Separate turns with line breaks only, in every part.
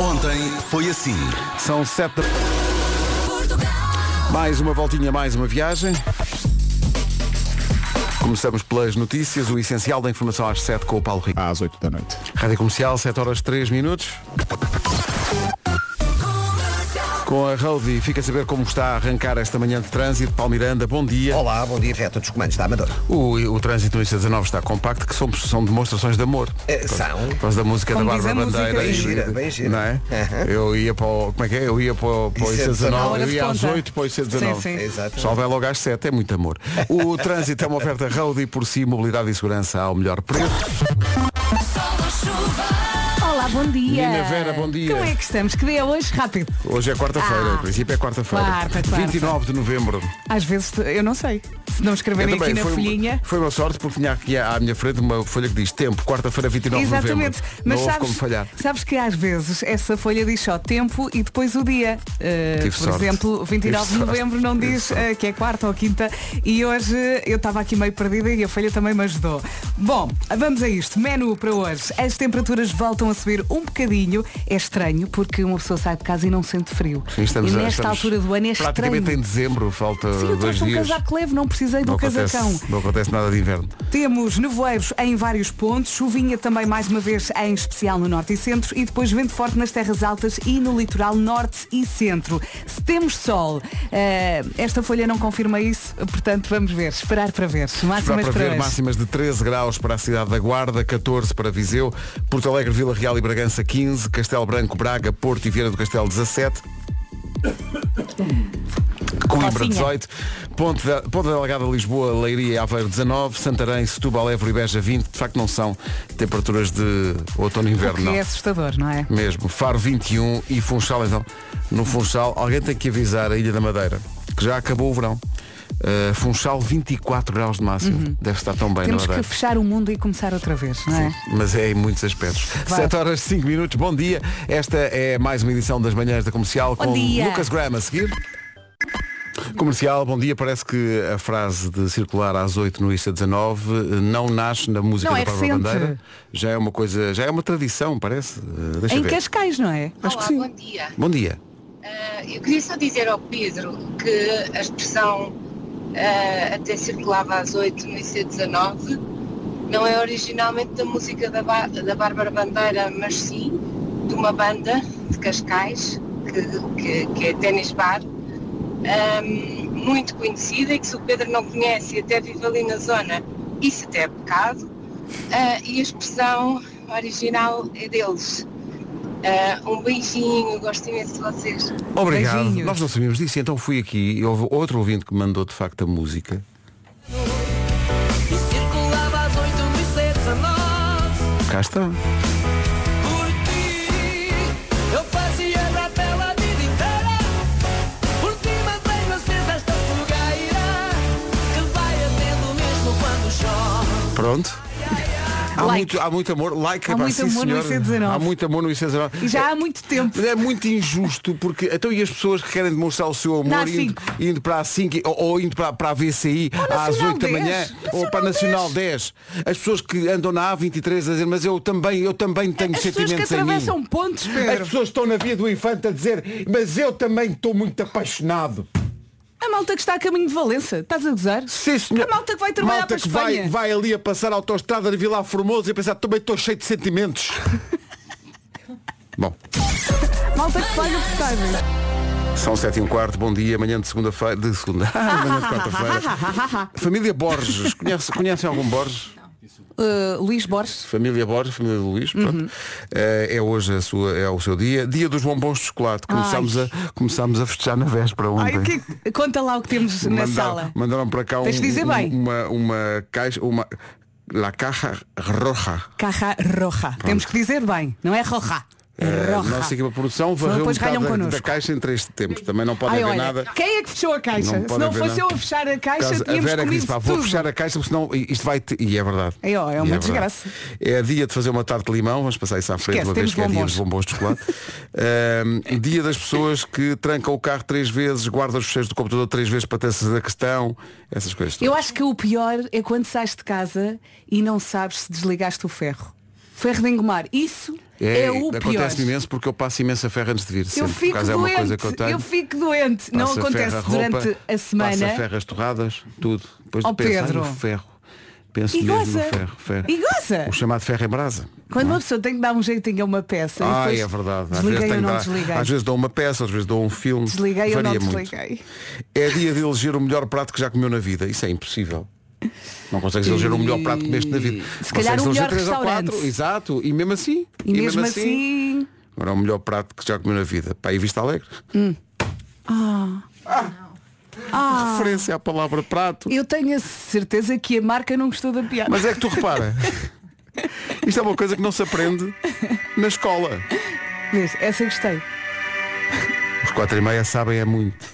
Ontem foi assim.
São sete da... Mais uma voltinha, mais uma viagem. Começamos pelas notícias, o essencial da informação às 7 com o Paulo Rico.
Às 8 da noite.
Rádio Comercial, 7 horas 3 minutos. Com a Roadie, fica a saber como está a arrancar esta manhã de trânsito. Palmiranda, bom dia.
Olá, bom dia, direto dos comandos da Amadora.
O, o trânsito no IC19 está compacto, que são, são demonstrações de amor.
É.
Eh, são.
Por causa da música
Como
da
diz a
Bárbara
música.
Bandeira.
Bem
e-
gira, bem gira.
Não é?
Aham.
Eu ia para o. Como é que é? Eu ia para, o- para o
IC19,
à
IC19.
hora
Eu
de
ia às
ponta.
8 para o IC19.
Sim, sim.
O pessoal vai logo às 7, é muito amor. O trânsito é uma oferta Roadie por si, mobilidade e segurança ao melhor preço.
Olá, bom dia.
Nina Vera, bom dia.
Como é que estamos? Que dia hoje? Rápido.
Hoje é quarta-feira,
Ah.
em princípio é quarta-feira.
Quarta, quarta.
29 de novembro.
Às vezes te- eu não sei. Se não escreverem aqui na
foi, um
folhinha.
foi uma sorte porque tinha aqui à minha frente uma folha que diz tempo, quarta-feira 29 de novembro.
Exatamente.
não
Mas
houve
sabes,
como falhar.
sabes que às vezes essa folha diz só tempo e depois o dia. Uh,
Tive
por
sorte.
exemplo, 29
Tive
de novembro
sorte.
não
Tive
diz
sorte.
uh, que é quarta ou quinta e hoje uh, eu estava aqui meio perdida e a folha também me ajudou. Bom, vamos a isto. Menu para hoje. As temperaturas voltam a subir um bocadinho. É estranho porque uma pessoa sai de casa e não sente frio.
Sim, estamos
e
a-
nesta
estamos
altura do ano é estranho.
Praticamente em dezembro, falta
Sim, eu
dois
trouxe um
dias.
casaco leve, não precisei do
não, acontece,
casacão.
não acontece nada de inverno.
Temos nevoeiros em vários pontos, chuvinha também mais uma vez em especial no norte e centro e depois vento forte nas terras altas e no litoral norte e centro. Se temos sol, eh, esta folha não confirma isso, portanto vamos ver, esperar para ver.
Dá
Máximas
para
para,
ver
hoje.
máximas de 13 graus para a cidade da Guarda, 14 para Viseu, Porto Alegre, Vila Real e Bragança 15, Castelo Branco, Braga, Porto e Vieira do Castelo 17. Coimbra
Calcinha.
18, Ponte da, Ponte da Delgada, Lisboa, Leiria e Aveiro 19, Santarém, Setúbal, Évora e Beja 20, de facto não são temperaturas de outono e
O
inverno,
que
não.
é assustador, não é?
Mesmo, Faro 21 e Funchal então. No Funchal, alguém tem que avisar a Ilha da Madeira, que já acabou o verão. Uh, Funchal 24 graus de máximo. Deve estar tão bem
Uhum. Temos
na
que
Madeira.
fechar o mundo e começar outra vez, não é?
Mas é em muitos aspectos.
Claro.
7 horas 5 minutos, bom dia. Esta é mais uma edição das manhãs da comercial
Bom
com
dia.
Lucas Graham a seguir. Comercial, bom dia. Parece que a frase de circular às 8 no IC19 eh, não nasce na música
Não,
da
é
Bárbara
recente.
Bandeira. Já é uma coisa, já é uma tradição, parece. Eh, deixa
Em
ver.
Cascais, não é?
Acho que
Olá,
sim.
bom dia.
Bom dia.
Ah, eu queria só dizer ao Pedro que a expressão ah, até circulava às 8 no IC19 não é originalmente da música da, Ba- da Bárbara Bandeira, mas sim de uma banda de Cascais, que, que- que é Ténis Bar, ah, muito conhecida e que se o Pedro não conhece e até vive ali na zona, isso até é pecado. Ah, e a expressão original é deles. Ah, um beijinho, gosto imenso de vocês.
Obrigado.
Beijinhos.
Nós não sabíamos disso, então fui aqui e houve outro ouvinte que me mandou de facto a música.
E circulava às oito no IC19
Cá está.
Por ti Eu fazia rapel a vida inteira Por ti mantenho acesa esta fogueira Que vai atendo mesmo quando chove
Pronto. Há,
Like.
muito, há muito amor. Like,
Há
pá,
muito
sim,
amor no
senhor.
IC19.
Há muito amor no IC19.
E já há muito tempo.
É muito injusto porque então e as pessoas que querem demonstrar o seu
Na
amor indo,
A5.
indo para a 5 ou, ou indo para, para a VCI às
Nacional
8 da
10.
manhã ou para a Nacional 10. As pessoas que andam na A23 a dizer, mas eu também, eu também tenho
As pessoas
sentimentos
que
em mim.
atravessam pontos,
As
Pedro.
pessoas estão na via do infante a dizer, mas eu também estou muito apaixonado.
A malta que está a caminho de Valença, estás a gozar?
Sim, senhor.
A malta que vai trabalhar
Malta
para a
que vai-
Espanha.
Vai, ali a passar a autostrada de Vila Formosa e a pensar, também estou cheio de sentimentos. Bom,
Malta que paga portagens.
são sete e um quarto, bom dia, amanhã de segunda-feira, de segunda, Ah, amanhã de quarta-feira. Família Borges, conhece, conhecem algum Borges?
Uh, Luís Borges.
Família Borges, família do Luís,
Uhum.
pronto. Eh, é hoje a sua, é o seu dia. Dia dos bombons de chocolate. Começámos, a, começámos a festejar na véspera ontem.
Ai, o que- é conta lá o que temos na
Mandar-
sala.
Mandaram para cá um-
Tens de dizer
um-
bem.
uma, uma caixa, uma La Caja Roja.
Carra roja. Temos que dizer bem, não é roja. É
Eh,
roja.
nossa equipa de produção
Senão
varreu um
depois
bocado
ralham
da,
connosco.
da caixa em três tempos. Também não pode
Ai,
haver
olha,
nada.
quem é que fechou a caixa?
Não
Se
pode
não
haver nada.
fosse eu a fechar a caixa,
Caso- a
tínhamos
Vera que
comido
disse, pá,
tudo.
vou fechar a caixa porque senão isto vai te... E é verdade.
É, ó, é
E
uma
verdade.
desgraça.
É dia de fazer uma tarte de limão, vamos passar isso à frente
Esquece,
uma vez
temos
que é dia
bombons.
dos bombons de chocolate. Ahm, dia das pessoas que trancam o carro três vezes, guardam os fecheiros do computador três vezes para ter certeza da questão, essas coisas. todas.
Eu acho que o pior é quando sais de casa e não sabes se desligaste o ferro. Ferro de engomar. Isso
É,
É o
acontece
pior.
imenso porque eu passo imensa ferra antes de vir.
Eu
sempre. Por
fico
acaso
doente,
é uma coisa que eu tenho.
fico doente. Não
Passa
acontece
ferro roupa,
durante a semana.
Passa ferras torradas, tudo. Depois
Ó,
de pensar
Pedro.
no ferro. Penso
E
mesmo
goza.
no ferro. ferro.
E goza.
O chamado ferro em brasa.
Quando
não
uma
é?
pessoa tem que dar um jeitinho a uma peça Então, e
Ai,
depois
é verdade. Às vezes,
desliguei ou
tenho
não
que dar-
desliguei.
às vezes dou uma peça, às vezes dou um filme.
Desliguei ou não
Varia muito.
desliguei.
É dia de eleger o melhor prato que já comeu na vida. Isso é impossível. Não consegues eleger o melhor prato que comeste na vida.
Se calhar
Consegues
o
eleger
melhor
três ou
restaurante.
quatro, exato. E mesmo assim.
E, mesmo assim,
Agora é o melhor prato que já comeu na vida. Pá, e Vista Alegre. Ah. Referência à palavra prato.
eu tenho a certeza que a marca não gostou da piada.
Mas é que tu repara. Isto é uma coisa que não se aprende na escola.
Vês, essa eu gostei.
Os 4 e meia sabem é muito.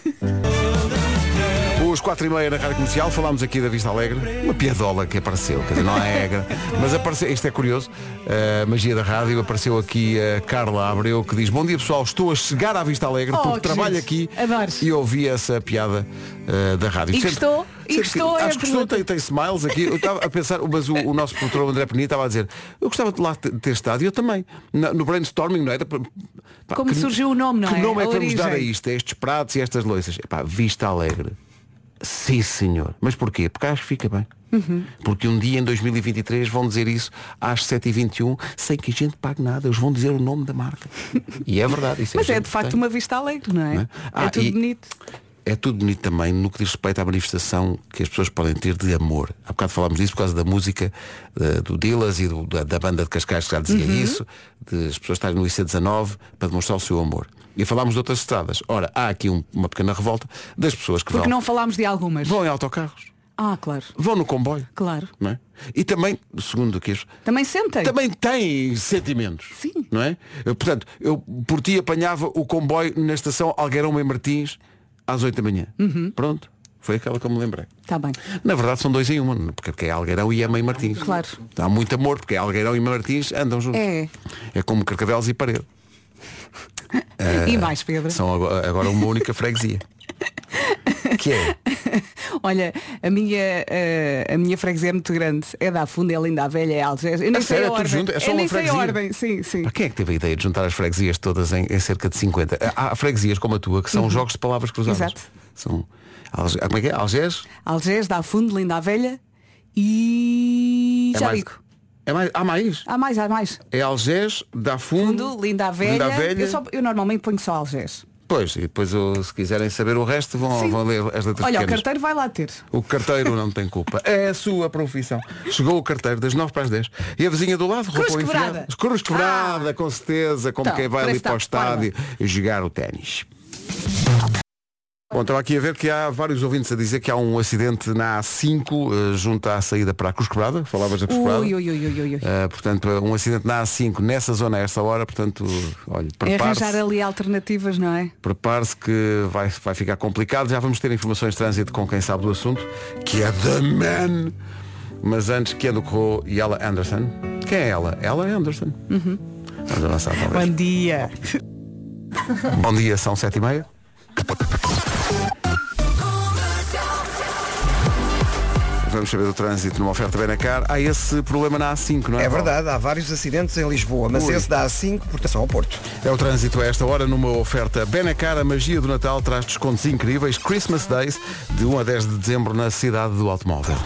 Os 4 e meia na Rádio Comercial, falámos aqui da Vista Alegre, uma piadola que apareceu, quer dizer, não é regra, mas apareceu, isto é curioso, a magia da rádio, apareceu aqui a Carla Abreu que diz, bom dia pessoal, estou a chegar à Vista Alegre
Oh,
porque
que
trabalho
giro.
aqui
Adoro.
e ouvi essa piada eh, da rádio.
E gostou? E gostou,
Que,
é
acho que gostou,
verdade.
tem, tem smiles aqui, eu estava a pensar, mas o, o nosso produtor o André Penini estava a dizer, eu gostava de lá te- ter estado e eu também, Na- no brainstorming, não era? Pá,
Como surgiu o nome, não
que
é?
nome é
A
que vamos dar a
origem.
isto, a estes pratos e estas loiças? Epá, Vista Alegre. Sim, senhor. Mas porquê? Porque acho que fica bem.
Uhum.
Porque um dia em 2023 vão dizer isso às 7h21 sem que a gente pague nada. Eles vão dizer o nome da marca. E é verdade. Isso
Mas é
gente que
de facto
tem.
uma vista alegre, não é?
Não é? Ah,
é tudo
e-
bonito.
É tudo bonito também no que diz respeito à manifestação que as pessoas podem ter de amor. Há bocado falámos disso por causa da música eh, do Dillas e do- da, da banda de Cascais que já dizia isso, de as pessoas estarem no IC19 para demonstrar o seu amor. E falámos de outras estradas. Ora, há aqui um- uma pequena revolta das pessoas que
Porque
vão,
não falámos de algumas.
vão em autocarros,
Ah, claro.
vão no comboio.
Claro.
não é? E também, segundo o que isso,
Também sentem.
também têm sentimentos.
Sim.
Não é? Eu, portanto, eu por ti apanhava o comboio na estação Algueirão em Martins às 8 da manhã.
Uhum.
Pronto. Foi aquela que eu me lembrei.
Está Tá bem.
Na verdade são dois em uma, porque é Algueirão e é Mãe Martins.
Claro.
Há muito amor, porque é Algueirão e Mãe Martins andam juntos.
É.
É como carcavelos e parede.
E mais, Pedro.
Eh, São agora agora uma única freguesia. Que é?
Olha, a minha, eh, a minha freguesia é muito grande. É da Funda, é linda, a velha, é Algés. Eu nem
A
sei
sério,
a
é tudo
ordem.
junto? É só
Eu
uma
nem sei a
freguesia?
ordem, sim, sim.
Para quem é que teve a ideia de juntar as freguesias todas em, em cerca de 50? Há há freguesias como a tua, que são jogos de palavras cruzadas.
Uhum. Exato.
São. Alge- Como é que é? Algés?
Algés, da Fundo, linda, a velha. E
É
já
mais-
digo.
É mais, há mais?
Há mais, há mais.
É Algés, dá fundo,
Fundo, linda, a velha.
Linda a Velha.
Eu, só- eu normalmente ponho só Algés.
Pois, e depois o- se quiserem saber o resto vão,
Sim.
vão ler as letras
Olha, o
pequenas.
carteiro vai lá ter.
O carteiro não tem culpa. É a sua profissão. Chegou o carteiro das 9 para as 10. E a vizinha do lado,
Cruz
roupa
quebrada. Ah.
enfiada. Cruz quebrada, com certeza, como
Então,
quem vai ali
parece
para o
que está.
estádio e jogar o ténis. Bom, estava aqui a ver que há vários ouvintes a dizer que há um acidente na A5 eh, junto à saída para a Cruz Quebrada. Falavas da Cruz Quebrada.
Ui, ui, ui, ui, ui. ui.
Uh, portanto, um acidente na A5 nessa zona a esta hora, portanto, olha,
É arranjar
prepare-se
ali alternativas, não é?
prepare-se que vai, vai ficar complicado. Já vamos ter informações de trânsito com quem sabe do assunto, que é da Man. Mas antes, que é do Corro e ela Anderson. Quem é ela? Ela é Anderson. Vamos avançar, talvez.
Uhum. Bom dia.
Bom dia, são sete e meia. Vamos saber do trânsito numa oferta bem na cara. Há esse problema na A5, não é?
É
Paulo?
verdade, há vários acidentes em Lisboa, mas
Ui.
esse dá a 5 portação ao Porto.
É o trânsito a esta hora numa oferta Benacar, a magia do Natal traz descontos incríveis Christmas Days, de 1 a 10 de dezembro na cidade do automóvel.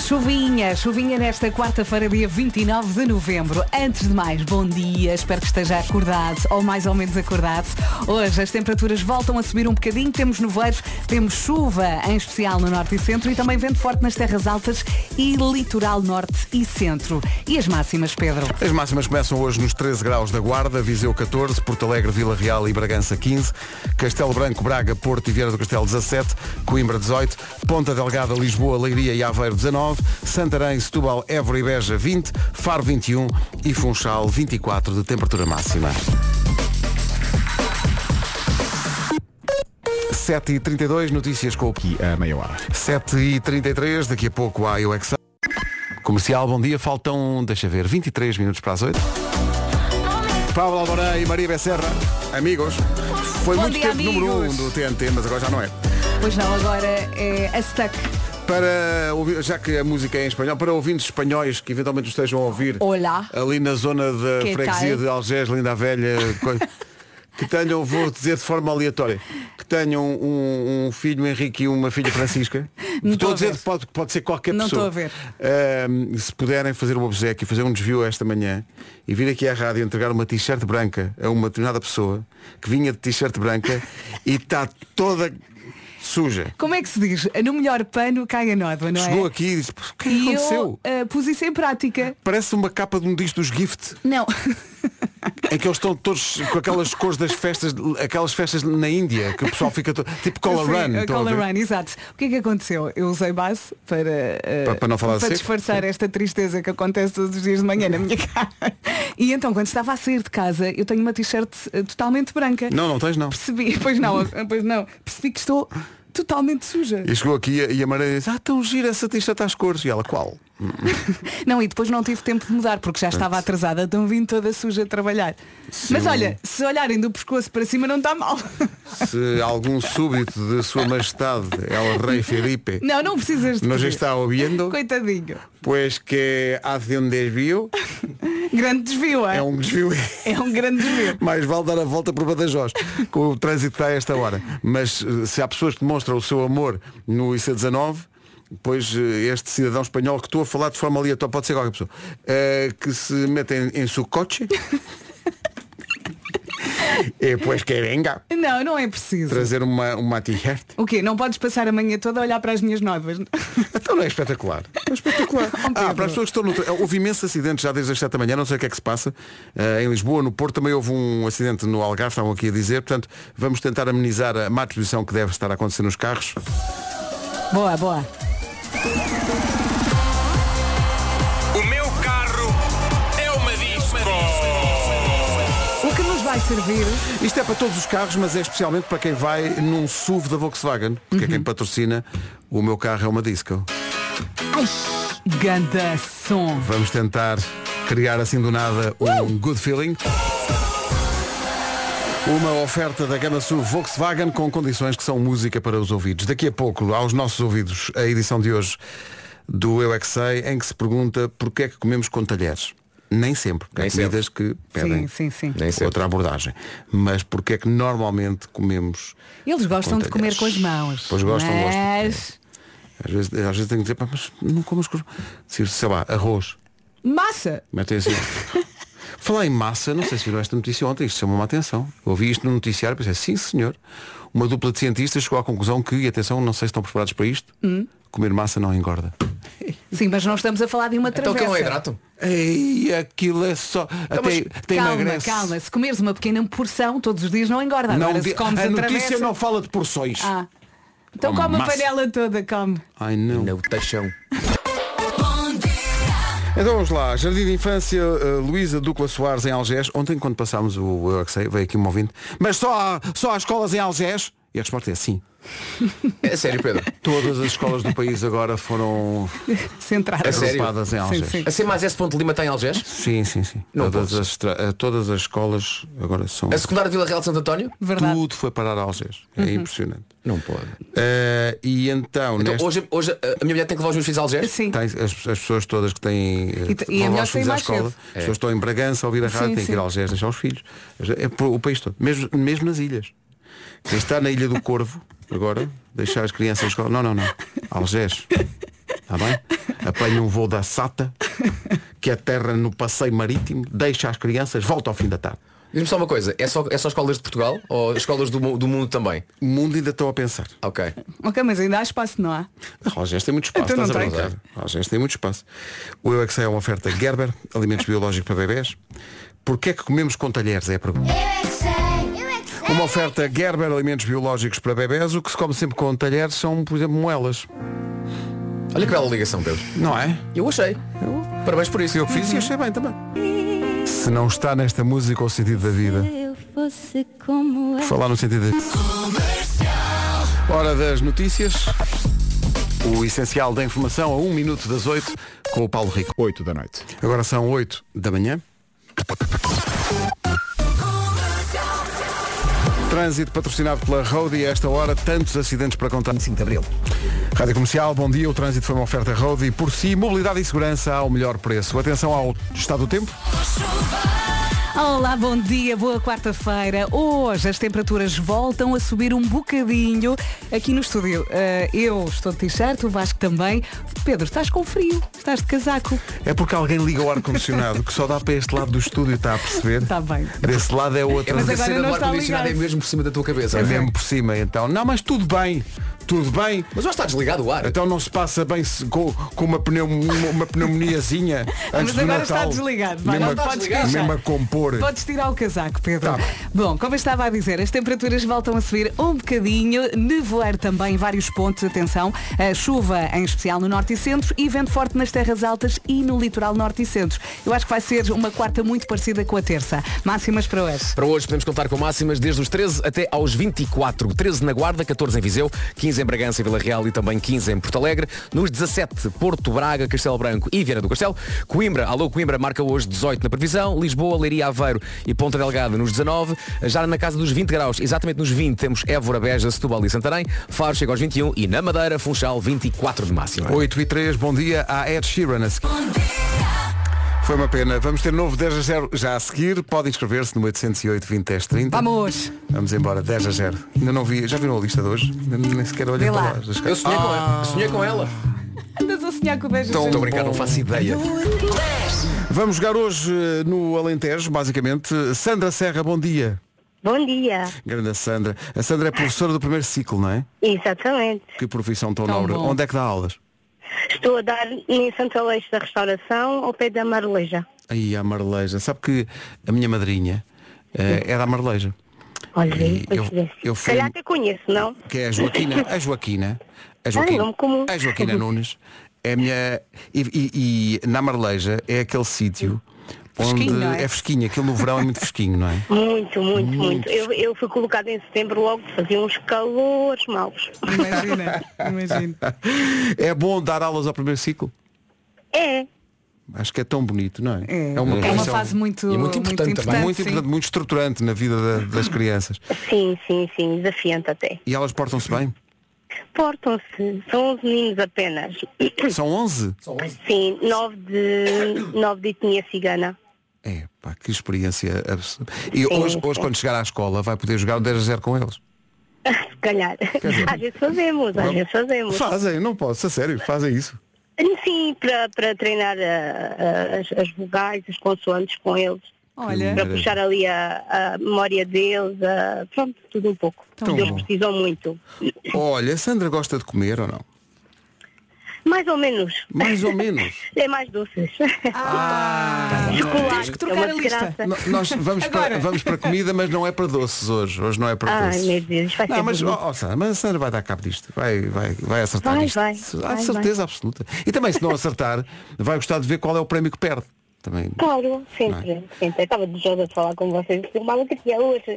Chuvinha, chuvinha nesta quarta-feira, dia 29 de novembro. Antes de mais, bom dia, espero que esteja acordado ou mais ou menos acordado. Hoje as temperaturas voltam a subir um bocadinho, temos nevoeiros, temos chuva, em especial no norte e centro, e também vento forte nas terras altas e litoral norte e centro. E as máximas, Pedro?
As máximas começam hoje nos 13 graus da Guarda, Viseu 14, Porto Alegre, Vila Real e Bragança 15, Castelo Branco, Braga, Porto e Vieira do Castelo 17, Coimbra 18, Ponta Delgada, Lisboa, Leiria e Aveiro 19, Santarém, Setúbal, Évora e Beja 20, Faro 21 e Funchal 24 de temperatura máxima. 7h32, notícias com o
aqui a meia hora.
7h33, daqui a pouco há o Exa. Comercial, bom dia, faltam, deixa ver, 23 minutos para as 8. Paulo Alborã e Maria Becerra, amigos. Foi
Bom
muito
dia,
tempo número 1 um
amigos.
do TNT, mas agora já não é.
Pois não, agora é a Stuck
Para ouvir, já que a música é em espanhol, para ouvintes espanhóis que eventualmente nos estejam a ouvir
Olá.
ali na zona da
Que
freguesia
tal?
de Algés, Linda a Velha, coi- que tenham, vou dizer de forma aleatória, que tenham um, um filho Henrique e uma filha Francisca.
Não
estou a
estou a
dizer
ver.
que pode, pode ser qualquer
Não
pessoa.
estou a ver.
Ahm, se puderem fazer um obsequio, fazer um desvio esta manhã e vir aqui à rádio entregar uma t-shirt branca a uma determinada pessoa que vinha de t-shirt branca e está toda suja.
Como é que se diz? No melhor pano cai a nódoa, não
Chegou
é?
aqui e disse, o que é que
E
aconteceu?
eu eh, pus isso em prática.
Parece uma capa de um disco dos Gift,
Não.
em É que eles estão todos com aquelas cores das festas, aquelas festas na Índia, que o pessoal fica todo, tipo Color
Sim,
Run. estão
a
a
Color
ver?
Run, exato. O que é que aconteceu? Eu usei base para, eh,
Para- para não falar
para
seco?
disfarçar esta tristeza que acontece todos os dias de manhã na minha cara. E então, quando estava a sair de casa, eu tenho uma t-shirt eh, totalmente branca.
Não, não tens não.
Percebi, pois não, pois não, percebi que estou totalmente suja.
E chegou aqui e a- e a Maria diz, ah, tão gira essa t-shirt às cores. E ela, qual?
Não, e depois não tive tempo de mudar porque já estava atrasada, então vim toda suja trabalhar. Mas
eu-
olha, se olharem do pescoço para cima não está mal.
Se algum súbdito de sua majestade, El Rei Felipe,
Não, não precisas de
nos
pedir.
está ouvindo,
Coitadinho.
pois que hace um desvio,
Grande desvio, é?
é um desvio.
É um grande desvio.
Mais vale dar a volta por Badajoz Com o trânsito que está a esta hora Mas eh, se há pessoas que demonstram o seu amor No IC19 Pois eh, este cidadão espanhol que estou a falar de forma aleatória Pode ser qualquer pessoa eh, Que se metem em seu coche E pois que venga
Não, não é preciso.
Trazer uma, uma t-shirt
O quê? Não podes passar a manhã toda a olhar para as minhas novas?
Então não é espetacular É espetacular Ah, para as pessoas que estão no... tra- Houve imensos acidentes já desde as 7 da manhã Não sei o que é que se passa Eh, Em Lisboa, no Porto Também houve um acidente no Algarve Estavam aqui a dizer Portanto, vamos tentar amenizar a má disposição Que deve estar a acontecer nos carros
Boa, boa.
O meu carro é uma disco.
O que nos vai servir?
Isto é para todos os carros Mas é especialmente para quem vai num SUV da Volkswagen Que é quem patrocina O meu carro é uma disco
Ai, ganda som.
Vamos tentar criar assim do nada um good feeling. Uma oferta da gama SUV Volkswagen com condições que são música para os ouvidos. Daqui a pouco, aos nossos ouvidos, a edição de hoje do Eu é que Sei, em que se pergunta porquê é que comemos com talheres. Nem sempre, porque há
Nem sempre.
comidas que pedem
Sim, sim, sim.
Nem sempre.
outra abordagem. Mas porquê é que normalmente comemos
Eles gostam de comer
talheres.
com as mãos. é?
Pois gostam, gostam.
mas...
Às vezes, às vezes tenho que dizer, "Pá, mas não comas com... Se, sei lá, arroz.
Massa!
Metem assim. Falar em massa, não sei se viram esta notícia ontem, isto chamou-me a atenção. Eu ouvi isto no noticiário e pensei, sim senhor, uma dupla de cientistas chegou à conclusão que, e atenção, não sei se estão preparados para isto,
Hum?
comer massa não engorda.
Sim, mas não estamos a falar de uma
Então
travessa.
que é um hidrato?
Ei, aquilo é só. até até
Então, calma,
emagrece.
calma. Se comeres uma pequena porção, todos os dias não engorda.
Não
Agora,
di-
se comes
a
a
notícia
travessa...
não fala de porções.
Ah. Então
Come
come a
massa.
panela toda, come.
Ai não.
Não, taxão.
Então vamos lá, Jardim de Infância eh, Luísa Ducla Soares em Algés. Ontem quando passámos o Eu É Que Sei, veio aqui um ouvinte, mas só há, só há escolas em Algés? E a resposta é sim.
É sério, Pedro.
Todas as escolas do país agora foram
Centrada.
É sério?
agrupadas em Algés.
Sim,
A C mais S. Ponte Lima está tá em Algés?
Sim, sim, sim.
Não
Todas
posso.
as, tra- eh, todas as escolas agora são.
A secundária de Vila Real de Santo António?
É Verdade. Uhum.
Tudo foi parar a Algés. É impressionante.
Não pode.
Eh, e então,
Então,
neste-
hoje, hoje a a minha mulher tem que levar os meus filhos a Algés?
Sim.
tem- as, as pessoas todas que têm. eh,
E t- e
vão levar
é melhor
os
sair
filhos à
mais
escola.
cedo.
As pessoas estão em Bragança a ouvir a rádio,
Sim,
têm que ir
sim.
a Algés, deixar os filhos. É por- o país todo. Mesmo, mesmo nas ilhas. Quem está na Ilha do Corvo, agora, deixar as crianças à escola. Não, não, não. Algés. Está bem? Apanha um voo da Sata, que aterra no passeio marítimo, deixa as crianças, volta ao fim da tarde.
Diz-me só uma coisa, é só, é só escolas de Portugal ou escolas do, mu- do mundo também?
O mundo ainda estão a pensar.
Ok.
Ok, mas ainda há espaço, não há?
Rogers tem muito espaço,
Então não
estás a
tem.
brincar. Rogers tem muito espaço. O Eu é que sei é uma oferta Gerber, alimentos biológicos para bebés. Porquê é que comemos com talheres? É a pergunta. Uma oferta Gerber Alimentos Biológicos para bebés, o que se come sempre com talheres são, por exemplo, moelas.
Olha que bela ligação, Pedro.
Não é?
Eu achei. Parabéns por isso.
Eu fiz e achei bem também. Se não está nesta música o sentido da vida,
eu fosse como
por falar no sentido da Hora das notícias. O essencial da informação a 1 minuto das 8 com o Paulo Rico.
8 da noite.
Agora são 8 da manhã. Trânsito patrocinado pela Road e a esta hora tantos acidentes para contar.
25 de Abril.
Rádio Comercial, bom dia. O trânsito foi uma oferta road e por si, mobilidade e segurança ao melhor preço. Atenção ao estado do tempo.
Olá, bom dia, boa quarta-feira. Hoje as temperaturas voltam a subir um bocadinho aqui no estúdio. eh, eu estou de t-shirt, o Vasco também. Pedro, estás com frio, estás de casaco.
É porque alguém liga o ar-condicionado que só dá para este lado do estúdio, está a perceber?
Está bem.
Desse lado é
É
outra.
Tá Mas
porque a
agora
cena
não
do
está
ar-condicionado é
ligado.
mesmo por cima da tua cabeça.
É
não é?
mesmo por cima, então. Não, mas tudo bem. Tudo bem.
Mas já está desligado o ar.
Então não se passa bem se- com, com uma, pneu, uma, uma pneumoniazinha
Mas
antes do
agora
Natal.
está desligado. Vai,
Mesmo
não
a-
podes queixar.
mesmo a compor.
Podes tirar o casaco, Pedro.
Tá.
Bom, como eu estava a dizer, as temperaturas voltam a subir um bocadinho, nevoeiro também em vários pontos, atenção, a chuva em especial no norte e centro e vento forte nas terras altas e no litoral norte e centro. Eu acho que vai ser uma quarta muito parecida com a terça. Máximas para hoje.
Para hoje podemos contar com máximas desde os 13 até aos 24. 13 na Guarda, 14 em Viseu, 15 em Bragança e Vila Real e também 15 em Porto Alegre. Nos 17, Porto Braga, Castelo Branco e Viana do Castelo. Coimbra, alô Coimbra, marca hoje 18 na previsão. Lisboa, Leiria, Aveiro e Ponta Delgada nos 19. Já na casa dos 20 graus, exatamente nos 20, temos Évora, Beja, Setúbal e Santarém. Faro chega aos 21 e na Madeira, Funchal, 24 de máxima.
8 e 3, bom dia a Ed Sheeran. a seguir. Foi uma pena. Vamos ter novo 10 a 0 já a seguir. Podem inscrever-se no 808 20 10 30.
Vamos!
Vamos embora, 10 a 0. Ainda não vi, já viram a lista de hoje? Nem- Nem sequer olhei
Vê
para
lá.
lá. Ah,
Eu sonhei, com ela. sonhei com ela.
Andas a sonhar com o beijo.
Então,
Estou a brincar, não faço ideia.
Vamos jogar hoje eh, no Alentejo, basicamente. Sandra Serra, bom dia.
Bom dia.
Grande Sandra. A Sandra é professora do primeiro ciclo, não é?
Exatamente.
Que profissão tão,
Tão
nobre.
bom.
Onde é que dá aulas?
Estou a dar em Santo Aleixo da Restauração, ao pé da Marleja.
Aí, a Marleja. Sabe que a minha madrinha eh, era a Marleja.
Olha,
E eu-
é.
coincidência.
eu
Se
fui-
calhar até conheço, não?
que é a Joaquina, a Joaquina, a
Ai,
Joaquina,
nome comum.
a Joaquina Nunes, é a minha e, e- e na Marleja é aquele sítio onde
Fresquinho, não é?
é fresquinho, aquilo no verão é muito fresquinho, não é?
Muito, muito, muito. Eu, eu fui colocada em setembro logo, fazia uns calores maus.
Imagina, imagina.
É bom dar aulas ao primeiro ciclo?
É,
Acho que é tão bonito, não é?
É,
uma,
é uma
profissão
fase muito,
E muito importante também.
muito
sim.
importante, muito estruturante na vida da- das crianças.
sim, sim, sim, desafiante até.
E elas portam-se bem?
Portam-se, são uns meninos apenas.
São 11?
Sim, nove de, nove de etnia cigana.
É, pá, que experiência absurda.
É.
E hoje, hoje quando chegar à escola vai poder jogar o 10 a 0 com eles.
Se calhar. Às vezes fazemos, às vezes fazemos.
Fazem, não posso, a sério, fazem isso.
Sim, para, para treinar ah, ah, as, as vogais, as consoantes com eles.
Olha,
Para puxar ali a, a memória deles, a- pronto, tudo um pouco.
Tão
eles
bom.
precisam muito.
Olha, a Sandra gosta de comer ou não?
Mais ou menos.
Mais ou menos.
É mais doces.
temos que trocar
é uma
a lista.
desgraça.
No- Nós vamos para,
Agora.
vamos para comida, mas não é para doces hoje. Hoje não é para
Ai,
doces.
meu Deus, isto vai
não,
ser
mas,
bonito.
ó, ó, Sandra, mas a Sandra vai dar cabo disto. Vai, vai, vai acertar
Vai,
isto.
vai,
Há
vai,
certeza absoluta. E também se não acertar, vai gostar de ver qual é o prémio que perde. Também.
Claro, sempre,
é?
sempre. Eu estava desejosa de falar com vocês, eu mal que tinha hoje.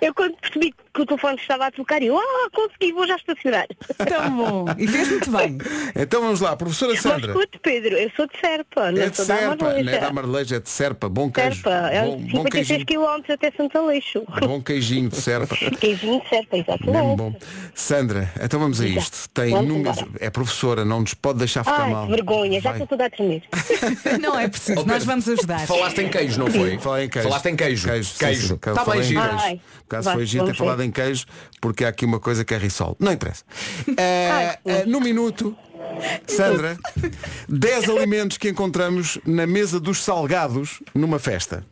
eu quando percebi que o telefone estava a tocar, eu, ah, consegui, vou já estacionar.
tão bom. E fez muito bem.
Então vamos lá, professora
Mas
Sandra.
escute, Pedro, eu sou de Serpa, não
É de
sou da
Serpa, não é
Amargosa.
da Marleja, é de Serpa, bom queijo.
Serpa, é
bom, bom
56
queijinho,
km até Santo Aleixo.
bom queijinho de Serpa.
Queijinho de Serpa,
Mesmo
exatamente.
bom. Sandra, então vamos a isto. Tem
Vamos
números-
embora.
é professora, não nos pode deixar ficar
Ai,
mal.
que vergonha, já
Vai.
estou toda a tremer.
Não é preciso,
Ó, Pedro,
nós vamos ajudar.
Falaste em queijo, não foi?
Falei em queijo.
Falaste em queijo.
Queijo. sim, sim.
Está
Falei
bem
em
giro.
queijo.
Ai,
Por acaso
vá,
foi giro ter
vamos ver.
falado em queijo, porque há aqui uma coisa que é risol. Não interessa. Eh, eh, no minuto, Sandra, 10 alimentos que encontramos na mesa dos salgados numa festa.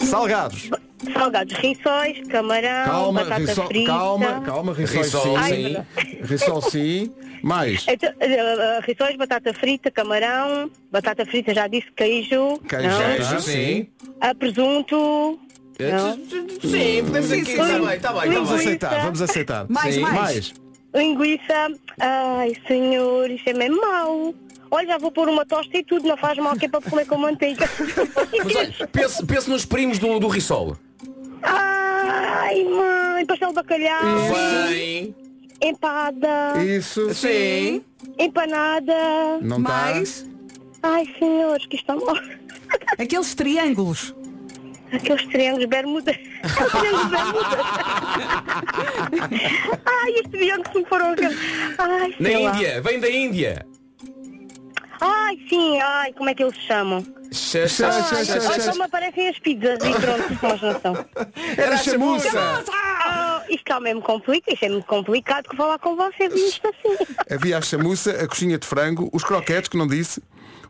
Salgados.
Salgados, rissóis, camarão,
Calma,
batata
risol,
frita.
calma, calma, risol
Risol,
sim.
sim.
Risol sim. Mais.
Então, eh, eh, rissóis, batata frita, camarão, batata frita, já disse,
Queijo,
queijo,
tá?
não? é?
queijo.
Ah, sim.
Ah, presunto, não?
Sim, podemos aqui.
tá
Está bem, está bem, está
Vamos
bem.
aceitar, vamos aceitar.
Mais,
Sim.
mais.
linguiça. Ai, senhor, isso é mesmo mau. Olha, já vou pôr uma tosta e tudo, não faz mal, que é para comer com manteiga.
Mas olha, pense, pense nos primos do, do Rissol.
Ai, mãe, pastel de bacalhau,
Bem.
empada,
Isso.
Sim.
empanada.
Não tá? está.
Mais
Ai, senhores, que está mal.
aqueles triângulos.
Aqueles triângulos bermuda. Aqueles triângulos bermuda. Ai, este triângulo que me foram aqueles. Ai,
Na
sei lá.
Índia, vem da Índia.
Ai, sim, ai, como é que eles se chamam?
Xa, xa,
Xa,
xa,
xa,
xa,
xa,
Ai,
xa.
só me aparecem as pizzas e pronto, mas não são.
Era a
chamuça.
chamuça.
Ah, isto é mesmo complicado, isto é muito complicado que falar com vocês isto assim.
Havia a chamuça, a coxinha de frango, os croquetes, que não disse,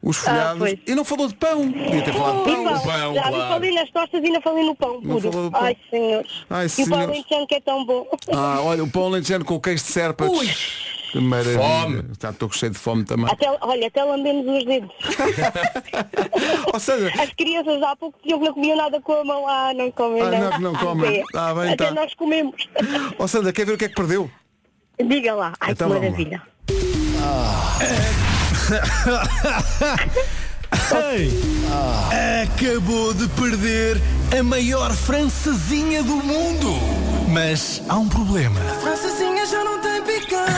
os
Ah,
folhados.
pois.
e não falou de pão. Podia ter falado de
E
pão.
pão,
pão,
já
claro.
me falei nas tostas e não falei no pão
Não falou
puro.
do pão.
Ai, senhores.
Ai,
e o pão
senhores.
alentejano que é tão bom.
Ah, olha, o pão alentejano com o queijo de serpa. Ui. Que maravilha.
Fome.
Tá, Estou cheio de fome também.
Até, olha, até lambemos os dedos.
Ou seja,
As crianças há pouco diziam que não comiam nada com a mão. Ah, não comem
Ah, não,
nada.
que não comem. Ah, bem,
até
tá.
nós comemos.
ó Sandra, quer ver o que é que perdeu?
Diga lá. Ai,
Então
que
vamos lá.
maravilha.
Acabou de perder a maior francesinha do mundo. Mas há um problema.
Francesinha já não tem picante.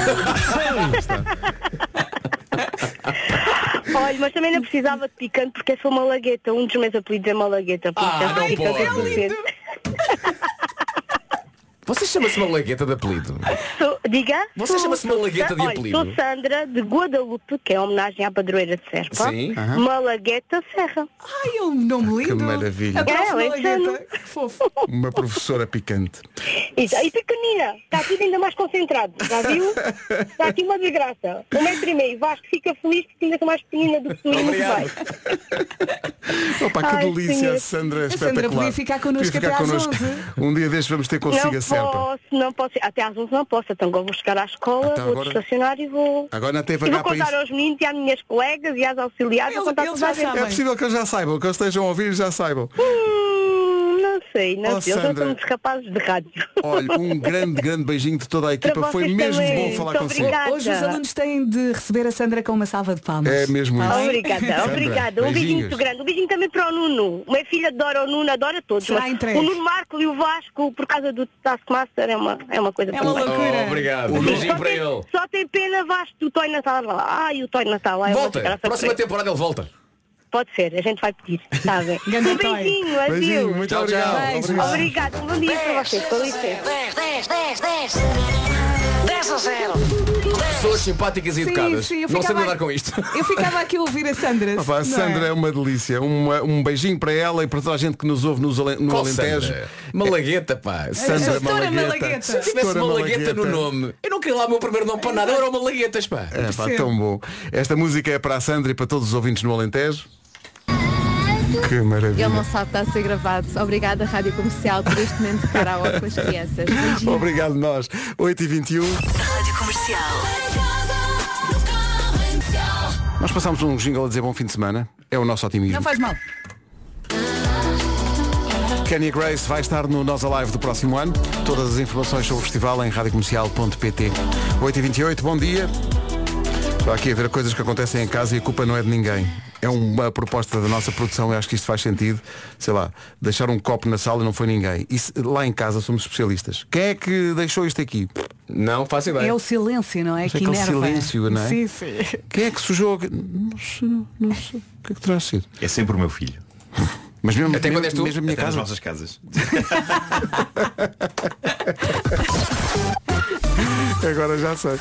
Olha, mas também não precisava de picante porque é eu sou malagueta. Um dos meus apelidos é malagueta. Por
Ah,
isso
não
é picante é
pode.
suficiente.
Você chama-se Malagueta de apelido?
Sou- diga?
Você
Sou-
chama-se Malagueta de
Olha,
apelido?
Sou Sandra de Guadalupe, que é homenagem à padroeira de Serpa.
Sim.
Malagueta Serra.
Ai, é um nome lindo.
Ah, maravilha.
Adoro
É,
esse
esse
malagueta.
ano.
Que fofo.
Uma professora picante.
E, e pequenina, está tudo ainda mais concentrado, já viu? Está aqui uma desgraça. Um metro e meio, Vasco fica feliz porque ainda sou mais pequenina do que tu e muito
Obrigado.
bem.
Opa, que
Ai,
delícia,
senhor.
a Sandra é
Sandra
espetacular.
podia ficar connosco
Podia ficar
até às
connosco.
11.
Um dia deste vamos ter consigo a
não
Serpa.
posso, não posso. Até às 11 não posso, então agora vou chegar à escola,
Então
vou
agora-
estacionar e vou.
Agora não teve
E
H
vou
para
contar
isso.
aos meninos e às minhas colegas e às auxiliares. vou
Eles-
contar
eles
toda a
já
gente.
sabem.
É possível que eles já saibam, que eles estejam a ouvir e já saibam.
Hum, não sei, não
Oh,
sei. Eles não
Sandra.
são dos rapazes de rádio.
Olha, um grande, grande beijinho de toda a equipa.
Para
Foi
vocês
mesmo
também.
bom falar
Muito
consigo.
obrigada.
Hoje os alunos têm de receber a Sandra com uma salva de palmas.
É mesmo isso.
Obrigada, obrigada.
beijinhos.
Um beijinho muito grande. Um beijinho também para o Nuno. Minha filha adora o Nuno, adora todos.
Será
mas
entregue.
o Nuno Marco e o Vasco, por causa do Taskmaster, é uma, é uma coisa
É uma
também.
loucura.
Oh, obrigado.
O
Um beijinho
só,
para ele.
tem, só tem pena Vasco do Toy Natal. Ai, o Toy Natal. Ai, eu vou ficar
Volta.
a
Próxima
sofrer.
temporada ele volta.
Pode ser, a gente vai pedir. Está bem.
Ganda
um
Toy.
beijinho, adeus.
Beijinho, muito
Tchau, tchau.
obrigado.
Beijo.
Obrigado.
Obrigada, um bom dia para vocês. Com licença.
10, 10, 10. 10 a 0.
Pessoas simpáticas e
Sim,
educadas.
sim, eu
não sei
ficava-
lidar com isto.
Eu ficava aqui a ouvir a Sandra.
Opa, a
não é?
Sandra é uma delícia. Uma- um beijinho para ela e para toda a gente que nos ouve nos ale- no
Qual
Alentejo. É,
Sandra? É, Malagueta, pá.
Sandra
Sra. Malagueta.
Malagueta.
Malagueta.
Se tivesse
Sra.
uma lagueta no nome, eu não queria lá o meu primeiro nome para nada, eu era uma laguetas, pá.
É pá,
Percebo.
tão bom. Esta música é para a Sandra e para todos os ouvintes no Alentejo. Que maravilha.
sabe está a ser gravado. Obrigada, Rádio Comercial, por este momento de karaoke com as crianças.
Obrigado nós. 8h21.
Rádio Comercial.
Nós passámos um jingle a dizer bom fim de semana. É o nosso
Não
otimismo.
faz mal.
Kenny Grace vai estar no Nós Alive do próximo ano. Todas as informações sobre o festival em radiocomercial.pt. 8h28, bom dia. Estou aqui a ver coisas que acontecem em casa e a culpa não é de ninguém. É uma proposta da nossa produção, eu acho que isto faz sentido. Sei lá, deixar um copo na sala e não foi ninguém. Isso, lá em casa somos especialistas. Quem é que deixou isto aqui?
Não faço ideia.
É o silêncio, não é?
Mas é
que
aquele
enerva.
silêncio, não é?
Sim, sim.
Quem é que sujou? a- Não sei, não sei. O que é que terá sido?
É sempre o meu filho.
Mas mesmo,
Até quando és tu?
mesmo a minha
Até nas
casa.
nossas casas.
Agora já sei.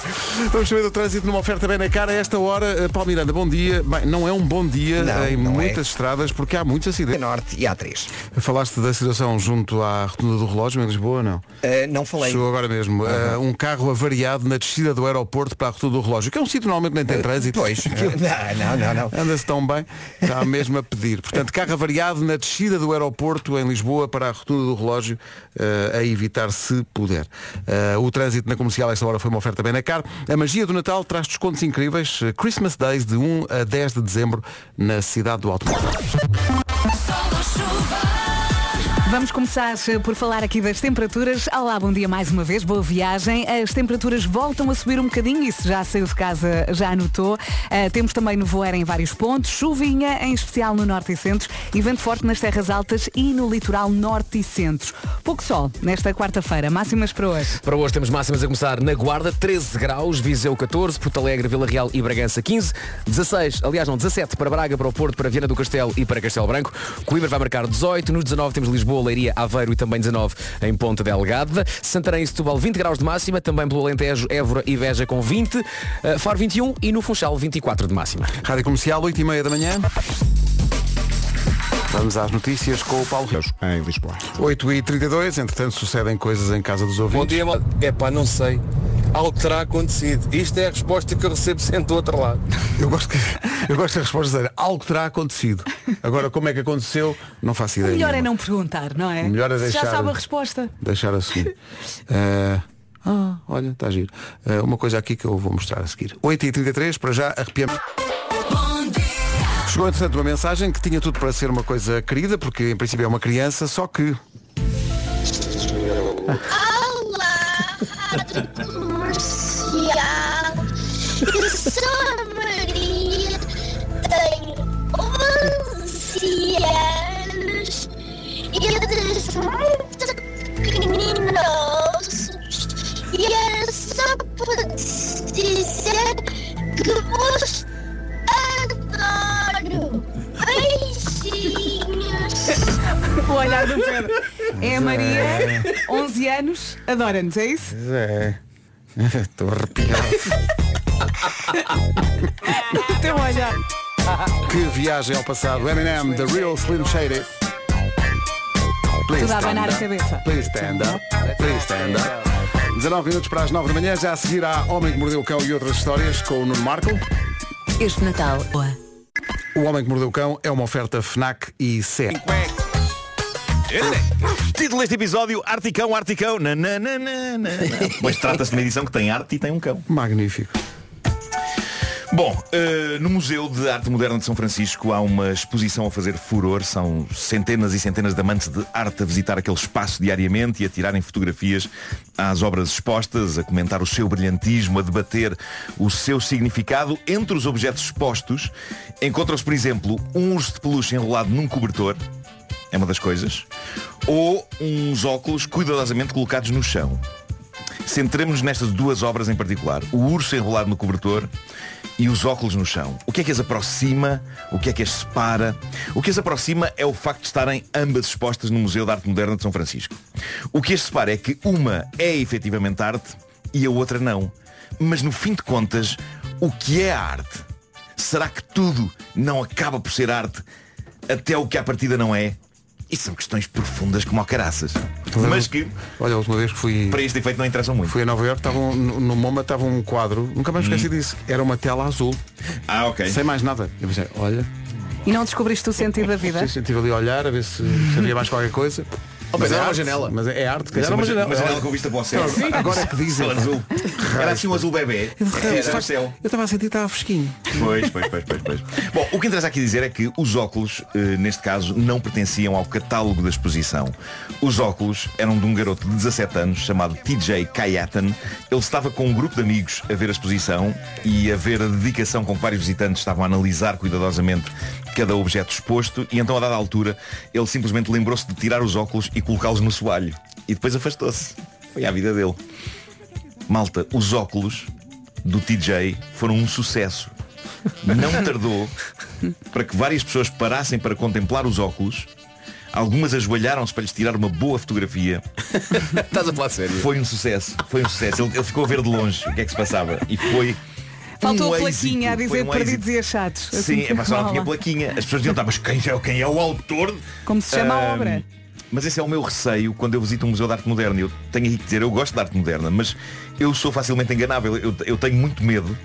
Vamos saber do trânsito numa oferta bem na cara. A esta hora, eh, Paulo Miranda, bom dia. Bem, não é um bom dia
Não,
em
não é.
muitas estradas porque há muitos
A
acidentes.
Norte e A3.
Falaste da situação junto à rotunda do relógio em Lisboa, não?
Eh, não falei.
Chegou agora mesmo. eh, um carro avariado na descida do aeroporto para a rotunda do relógio, que é um sítio normalmente nem tem trânsito.
Pois. não, não, não, não.
Anda-se tão bem, está mesmo a pedir. Portanto, carro avariado na descida do aeroporto em Lisboa para a rotunda do relógio, eh, a evitar se puder. Eh, o trânsito na comercial a esta hora foi uma oferta bem na cara. A magia do Natal traz descontos incríveis. Eh, Christmas Days de 1 a 10 de dezembro na cidade do Automóvel.
Vamos começar eh, por falar aqui das temperaturas. Olá, bom dia mais uma vez, boa viagem. As temperaturas voltam a subir um bocadinho, isso já saiu de casa, já anotou. Eh, temos também nevoeiro em vários pontos, chuvinha, em especial no norte e centro, e vento forte nas terras altas e no litoral norte e centro. Pouco sol nesta quarta-feira, máximas para hoje.
Para hoje temos máximas a começar na Guarda, 13 graus, Viseu 14, Porto Alegre, Vila Real e Bragança 15, 16, aliás não, 17 para Braga, para o Porto, para Viana do Castelo e para Castelo Branco, Coimbra vai marcar 18, nos 19 temos Lisboa, Leiria, Aveiro e também 19 em Ponta Delgada, Santarém e Setúbal 20 graus de máxima, também pelo Alentejo, Évora e Veja com 20, eh, Faro 21 e no Funchal 24 de máxima.
Rádio Comercial, 8 e meia da manhã. Vamos às notícias com o Paulo Rios. Em Lisboa. 8 e 32 entretanto sucedem coisas em casa dos ouvintes.
Bom dia, mal... É pá, não sei. Algo terá acontecido. Isto é a resposta que eu recebo sempre do outro lado.
Eu gosto, que, eu gosto da resposta dizer, algo terá acontecido. Agora, como é que aconteceu, não faço
O
ideia.
melhor é
nenhuma.
não perguntar, não é?
O melhor é
Se Já
deixar-
sabe a resposta.
Deixar assim. Eh, ah, olha, está giro. Eh, uma coisa aqui que eu vou mostrar a seguir. 8h33, para já arrepiamos. Chegou, entretanto, uma mensagem que tinha tudo para ser uma coisa querida, porque em princípio é uma criança, só que.
Olá, Rádio Comercial. Eu sou a Maria, tenho 11 anos e eu desde muito pequeninos. E era só para dizer que vos adoro. Beijinhos.
O olhar do Pedro. É a Maria,
é.
11 anos, adora-nos, é isso?
Hum.
É. Estou arrepiado.
Teu olhar.
que viagem ao passado. Eminem, The Real Slim Shady.
Tudo a abanar a cabeça.
Please stand up. Please stand up. 19 minutos para as 9 da manhã, já a seguir há Homem que Mordeu o Cão e outras histórias com o Nuno Marco.
Este Natal,
O Homem que Mordeu o Cão é uma oferta FNAC e SEC.
Título deste episódio, Articão, Articão. Na, na, na, na, na. Pois trata-se de uma edição que tem arte e tem um cão.
Magnífico.
Bom, eh, no Museu de Arte Moderna de São Francisco há uma exposição a fazer furor. São centenas e centenas de amantes de arte a visitar aquele espaço diariamente e a tirarem fotografias às obras expostas, a comentar o seu brilhantismo, a debater o seu significado. Entre os objetos expostos encontram-se, por exemplo, um urso de peluche enrolado num cobertor. É uma das coisas. Ou uns óculos cuidadosamente colocados no chão. Centremos-nos nestas duas obras em particular. O urso enrolado no cobertor e os óculos no chão. O que é que as aproxima? O que é que as separa? O que as aproxima é o facto de estarem ambas expostas no Museu de Arte Moderna de São Francisco. O que as separa é que uma é efetivamente arte e a outra não. Mas no fim de contas, o que é a arte? Será que tudo não acaba por ser arte até o que à partida não é? E são questões profundas como ao caraças. Mas que
Olha, a última vez que fui.
para este efeito não interessam muito.
Fui a Nova Iorque, estavam, no no MoMA estava um quadro, nunca mais me esqueci disso, era uma tela azul.
Ah, Hum. ok.
Sem mais nada. Eu pensei, olha,
E não descobriste o sentido da vida?
eu estive ali a olhar a ver se sabia mais qualquer coisa.
Oh, mas era
é
uma
arte,
janela.
Mas é arte,
Mas
calhar
era uma janela,
janela.
uma janela com vista para o céu.
Sim. Agora é que dizem.
Era azul. Era assim um azul bebê. Era o céu.
Eu estava a sentir que estava fresquinho.
Pois, pois, pois, pois, pois. Bom, o que interessa aqui dizer é que os óculos, eh, neste caso, não pertenciam ao catálogo da exposição. Os óculos eram de um garoto de 17 anos chamado TJ Kayatan. Ele estava com um grupo de amigos a ver a exposição e a ver a dedicação com que vários visitantes estavam a analisar cuidadosamente cada objeto exposto e então a dada altura ele simplesmente lembrou-se de tirar os óculos e colocá-los no soalho. E depois afastou-se. Foi à vida dele. Malta, os óculos do TJ foram um sucesso. Não tardou para que várias pessoas parassem para contemplar os óculos. Algumas ajoelharam-se para lhes tirar uma boa fotografia.
Estás a falar sério?
Foi um sucesso, foi um sucesso. Ele, ele ficou a ver de longe o que é que se passava. E foi.
Faltou
um
a
êxito,
plaquinha a
foi
dizer
um
perdidos
êxito.
e achados.
Sim, é,
é
mas só não tinha plaquinha. As pessoas diziam, tá, mas quem é, quem é o autor?
Como se chama a
Ahm,
obra?
Mas esse é o meu receio quando eu visito um museu de arte moderna. Eu tenho aqui que dizer, eu gosto de arte moderna, mas eu sou facilmente enganável. Eu, eu tenho muito medo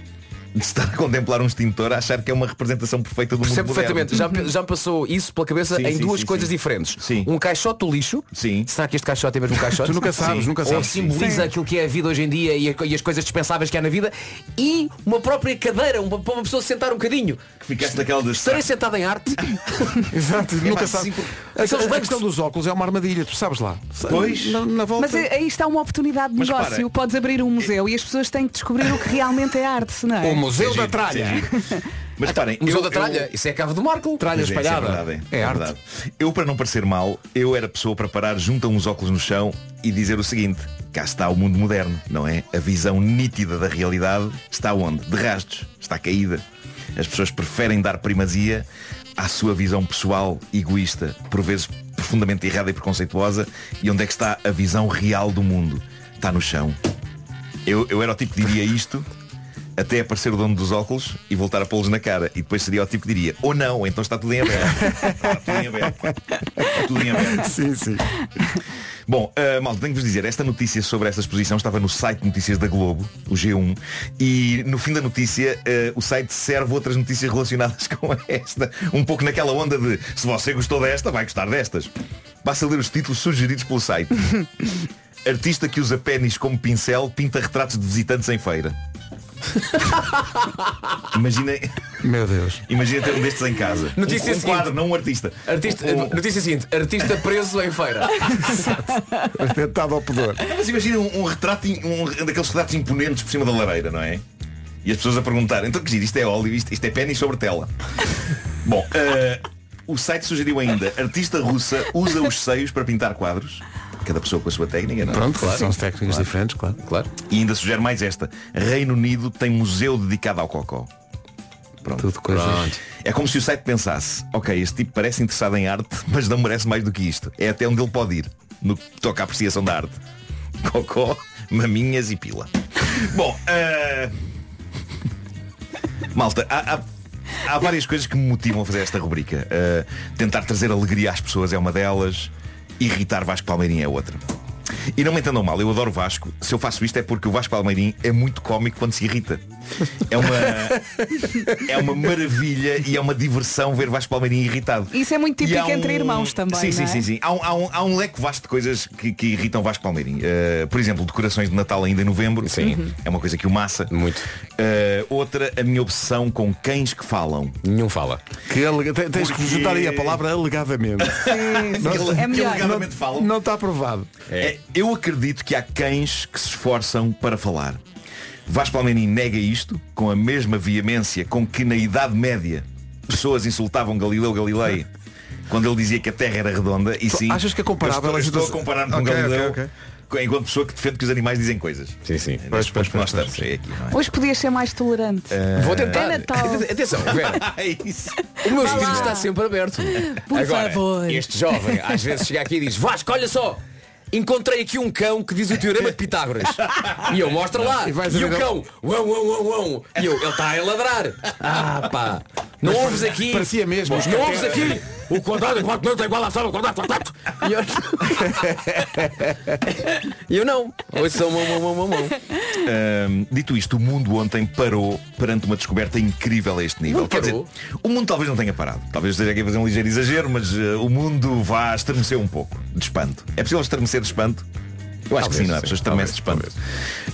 de estar a contemplar um extintor a achar que é uma representação perfeita do
Percebo
mundo
perfeitamente,
moderno.
já, me- já me passou isso pela cabeça
Sim,
em
sim,
duas
sim,
coisas
sim.
diferentes. Um caixote do lixo.
Sim.
Será que este caixote é mesmo um caixote?
Tu nunca sabes, nunca
Ou
sabes.
simboliza
Sim.
aquilo que é a vida hoje em dia e, a- e as coisas dispensáveis que há na vida. E uma própria cadeira, uma, para uma pessoa sentar um bocadinho.
Ficaste naquela das...
Estarei sentado em arte.
Exato,
É
nunca
mais
sabe.
simples.
Aqueles bancos estão dos óculos é uma armadilha, tu sabes lá.
Pois.
Na, na volta.
Mas é, aí está uma oportunidade de
Mas
negócio.
repara,
Podes abrir um museu e as pessoas têm que descobrir o que realmente é arte, não
O
é?
Museu
É
da
giro,
Tralha.
é giro. Mas parem,
Museu da Tralha, isso é a cave do Marco. Tralha
Pois é, isso
espalhada.
É, verdade, é, é verdade. Eu, para não parecer mal, eu era pessoa para parar junto a uns óculos no chão e dizer o seguinte. Cá está o mundo moderno, não é? A visão nítida da realidade está onde? De rastros. Está caída. As pessoas preferem dar primazia à sua visão pessoal, egoísta, por vezes profundamente errada e preconceituosa. E onde é que está a visão real do mundo? Está no chão. Eu, eu era o tipo que diria isto até aparecer o dono dos óculos e voltar a pô-los na cara. E depois seria o tipo que diria, ou não, então está tudo em aberto. Está tudo em aberto. Está tudo em aberto.
Sim, sim.
Bom, mal malta, tenho que vos dizer, esta notícia sobre esta exposição estava no site de notícias da Globo, o G1, e no fim da notícia ah, o site serve outras notícias relacionadas com esta, um pouco naquela onda de se você gostou desta, vai gostar destas. Basta ler os títulos sugeridos pelo site. Artista que usa pênis como pincel pinta retratos de visitantes em feira. Imagina.
é-
Meu Deus.
Imagina ter um destes em casa.
Notícia
um, um
seguinte.
quadro, não um artista.
Artista,
Um-
Notícia seguinte, artista preso em feira.
Atentado ao pudor.
Mas imagina um, um retrato, im- um, um daqueles retratos imponentes por cima da lareira, não é? E as pessoas a perguntar, então que giro, isto é óleo, isto, isto é pênis sobre tela. Bom, eh, o site sugeriu ainda, artista russa usa os seios para pintar quadros. Cada pessoa com a sua técnica, não é?
Pronto, são técnicas diferentes, claro.
claro.
E ainda sugere mais esta. Reino Unido tem museu dedicado ao cocó. Pronto.
Tudo coisas.
É como se o site pensasse, ok, este tipo parece interessado em arte, mas não merece mais do que isto. É até onde ele pode ir, no que toca à apreciação da arte. Cocó, maminhas e pila. Bom, eh, malta, há, há- há várias coisas que me motivam a fazer esta rubrica. Eh, tentar trazer alegria às pessoas é uma delas, irritar Vasco Palmeirim é outra. E não me entendam mal, eu adoro Vasco. Se eu faço isto é porque o Vasco Palmeirim é muito cómico quando se irrita. É uma, é uma maravilha e é uma diversão ver Vasco Palmeirim irritado.
Isso é muito
E há
típico
um-
entre irmãos também.
Sim,
não
sim,
é?
sim, sim. Há um, há um- há um leque vasto de coisas que, que irritam Vasco Palmeirim. Eh, por exemplo, decorações de Natal ainda em novembro. Sim. É uma coisa que o massa. Muito. outra, a minha obsessão com cães que falam.
É
Nenhum fala.
Que alega- te- Tens que
Porque-
juntar aí a palavra alegadamente.
Sim, sim.
Aquele-
É
aquele
melhor.
alegadamente falam.
Não está aprovado.
É, eu acredito que há cães que se esforçam para falar. Vasco Palmeirim nega isto com a mesma veemência com que na Idade Média pessoas insultavam Galileu Galilei quando ele dizia que a Terra era redonda e
Tu
sim.
achas que é comparável
eu
a
estou, eu estou a
situação?
comparar-me com
Ok, ok,
Galileu
ok.
enquanto pessoa que defende que os animais dizem coisas. É Sim, sim. nós
Pois, pois, pois,
estamos é aqui, não é?
Hoje podias ser mais tolerante.
Eh, Vou tentar.
É Natal.
Atenção, Vera.
É isso.
O meu
Vá
estilo
lá.
está sempre aberto.
Por
Agora,
favor.
este jovem às vezes chega aqui e diz, Vasco, olha só, encontrei aqui um cão que diz o teorema de Pitágoras. E eu mostro lá.
E
E,
vais a
o
ver-
cão, uau, uau, uau, uau. E eu, ele está a ladrar. Ah, pá. Não ouves aqui.
parecia mesmo.
Não ouves aqui. O quadrado de 4 não é igual a sala, o quadrado de 4. E eu... E eu não. Hoje são mão, mão, mão, mão, mão.
Ahm, dito isto, o mundo ontem parou perante uma descoberta incrível a este nível.
mundo
Quer dizer,
parou?
o mundo talvez não tenha parado. Talvez esteja aqui a fazer um ligeiro exagero, mas eh, o mundo vá estremecer um pouco de espanto. É possível estremecer de espanto? Eu acho que
Talvez,
sim, não é? As
sim.
pessoas estremecem de espanto.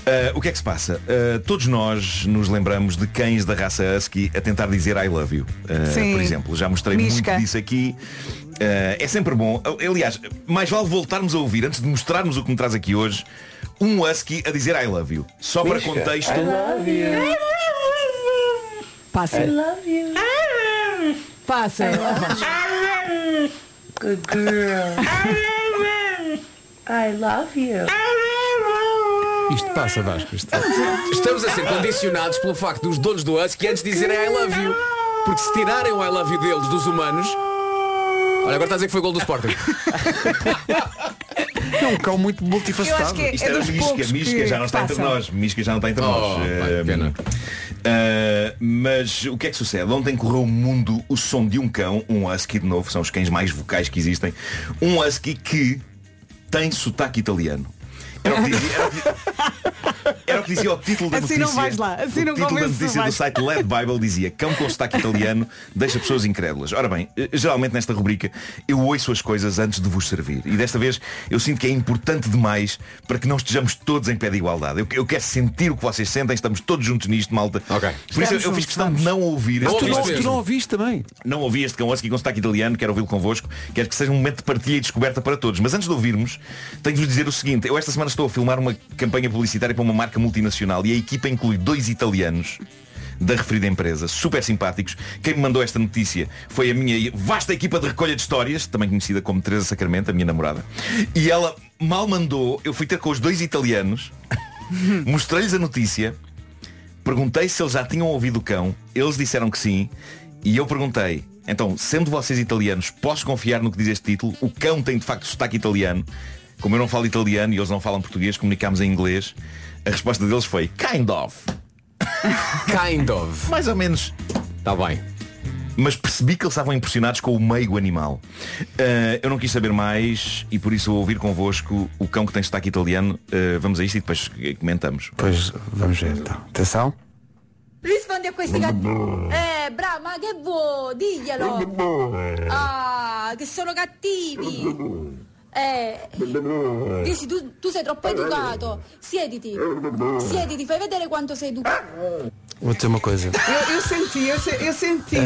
Ah, o que é que se passa? Ah, todos nós nos lembramos de cães da raça Husky a tentar dizer I love you. Ah,
Sim.
por exemplo, já mostrei
Misca.
muito disso aqui. Ah, é sempre bom. Aliás, mais vale voltarmos a ouvir, antes de mostrarmos o que me traz aqui hoje, um husky a dizer I love you. Só para contexto.
Passa. Passa.
Ah!
Good girl. I love you.
Isto passa, Vasco. Isto...
Estamos a ser condicionados pelo facto dos donos do Husky antes dizerem I love you. Porque se tirarem o I love you deles dos humanos. Olha, agora estás a dizer que foi gol do Sporting.
É um cão muito multifacetado.
Eu acho que é-
Isto era
dos
Misca,
poucos
Misca
que
já não está entre
passam.
nós. Misca já não está entre
Oh,
nós.
pá, que
Eh,
pena.
eh, mas o que é que sucede? Ontem correu o mundo o som de um cão, um husky de novo, são os cães mais vocais que existem. Um husky que tem sotaque italiano. Era o que dizia, era o que- era o que dizia o título da
Assim
notícia.
não vais lá, assim não
o título da
convences,
notícia do
vais.
site Led Bible dizia Cão com sotaque italiano deixa pessoas incrédulas. Ora bem, eh, geralmente nesta rubrica eu ouço as coisas antes de vos servir. E desta vez eu sinto que é importante demais para que não estejamos todos em pé de igualdade. Eu, eu quero sentir o que vocês sentem, estamos todos juntos nisto, malta. Por isso eu, eu
Estamos
fiz
juntos,
questão de não ouvir.
Mas
este
tu,
texto.
não, tu não ouviste também.
Não ouvi este cão aqui com sotaque italiano, quero ouvi-lo convosco, quero que seja um momento de partilha e descoberta para todos. Mas antes de ouvirmos, tenho de vos dizer o seguinte, eu esta semana estou a filmar uma campanha publicitária para uma marca multinacional e a equipa inclui dois italianos da referida empresa, super simpáticos. Quem me mandou esta notícia foi a minha vasta equipa de recolha de histórias, também conhecida como Teresa Sacramento, a minha namorada. E ela mal mandou, eu fui ter com os dois italianos, mostrei-lhes a notícia, Perguntei se eles já tinham ouvido o cão, eles disseram que sim, e eu perguntei, então, sendo vocês italianos, posso confiar no que diz este título? O cão tem de facto sotaque italiano. Como eu não falo italiano e eles não falam português, comunicámos em inglês. A resposta deles foi kind of.
kind of.
Mais ou menos.
Está bem.
Mas percebi que eles estavam impressionados com o meio animal. Ah, eu não quis saber mais e por isso vou ouvir convosco o cão que tem sotaque italiano. Ah, vamos a isto e depois comentamos.
Pois vamos ver então. Atenção.
Rispondi a questi gatti. Eh, bravo, ma che vuoi? Diglielo. Ah, che sono cattivi. Eh, dici, tu, tu sei troppo educato. Siediti. Siediti, fai vedere quanto sei educato.
Vou dizer uma coisa.
Eu, eu senti, eu, se- eu senti.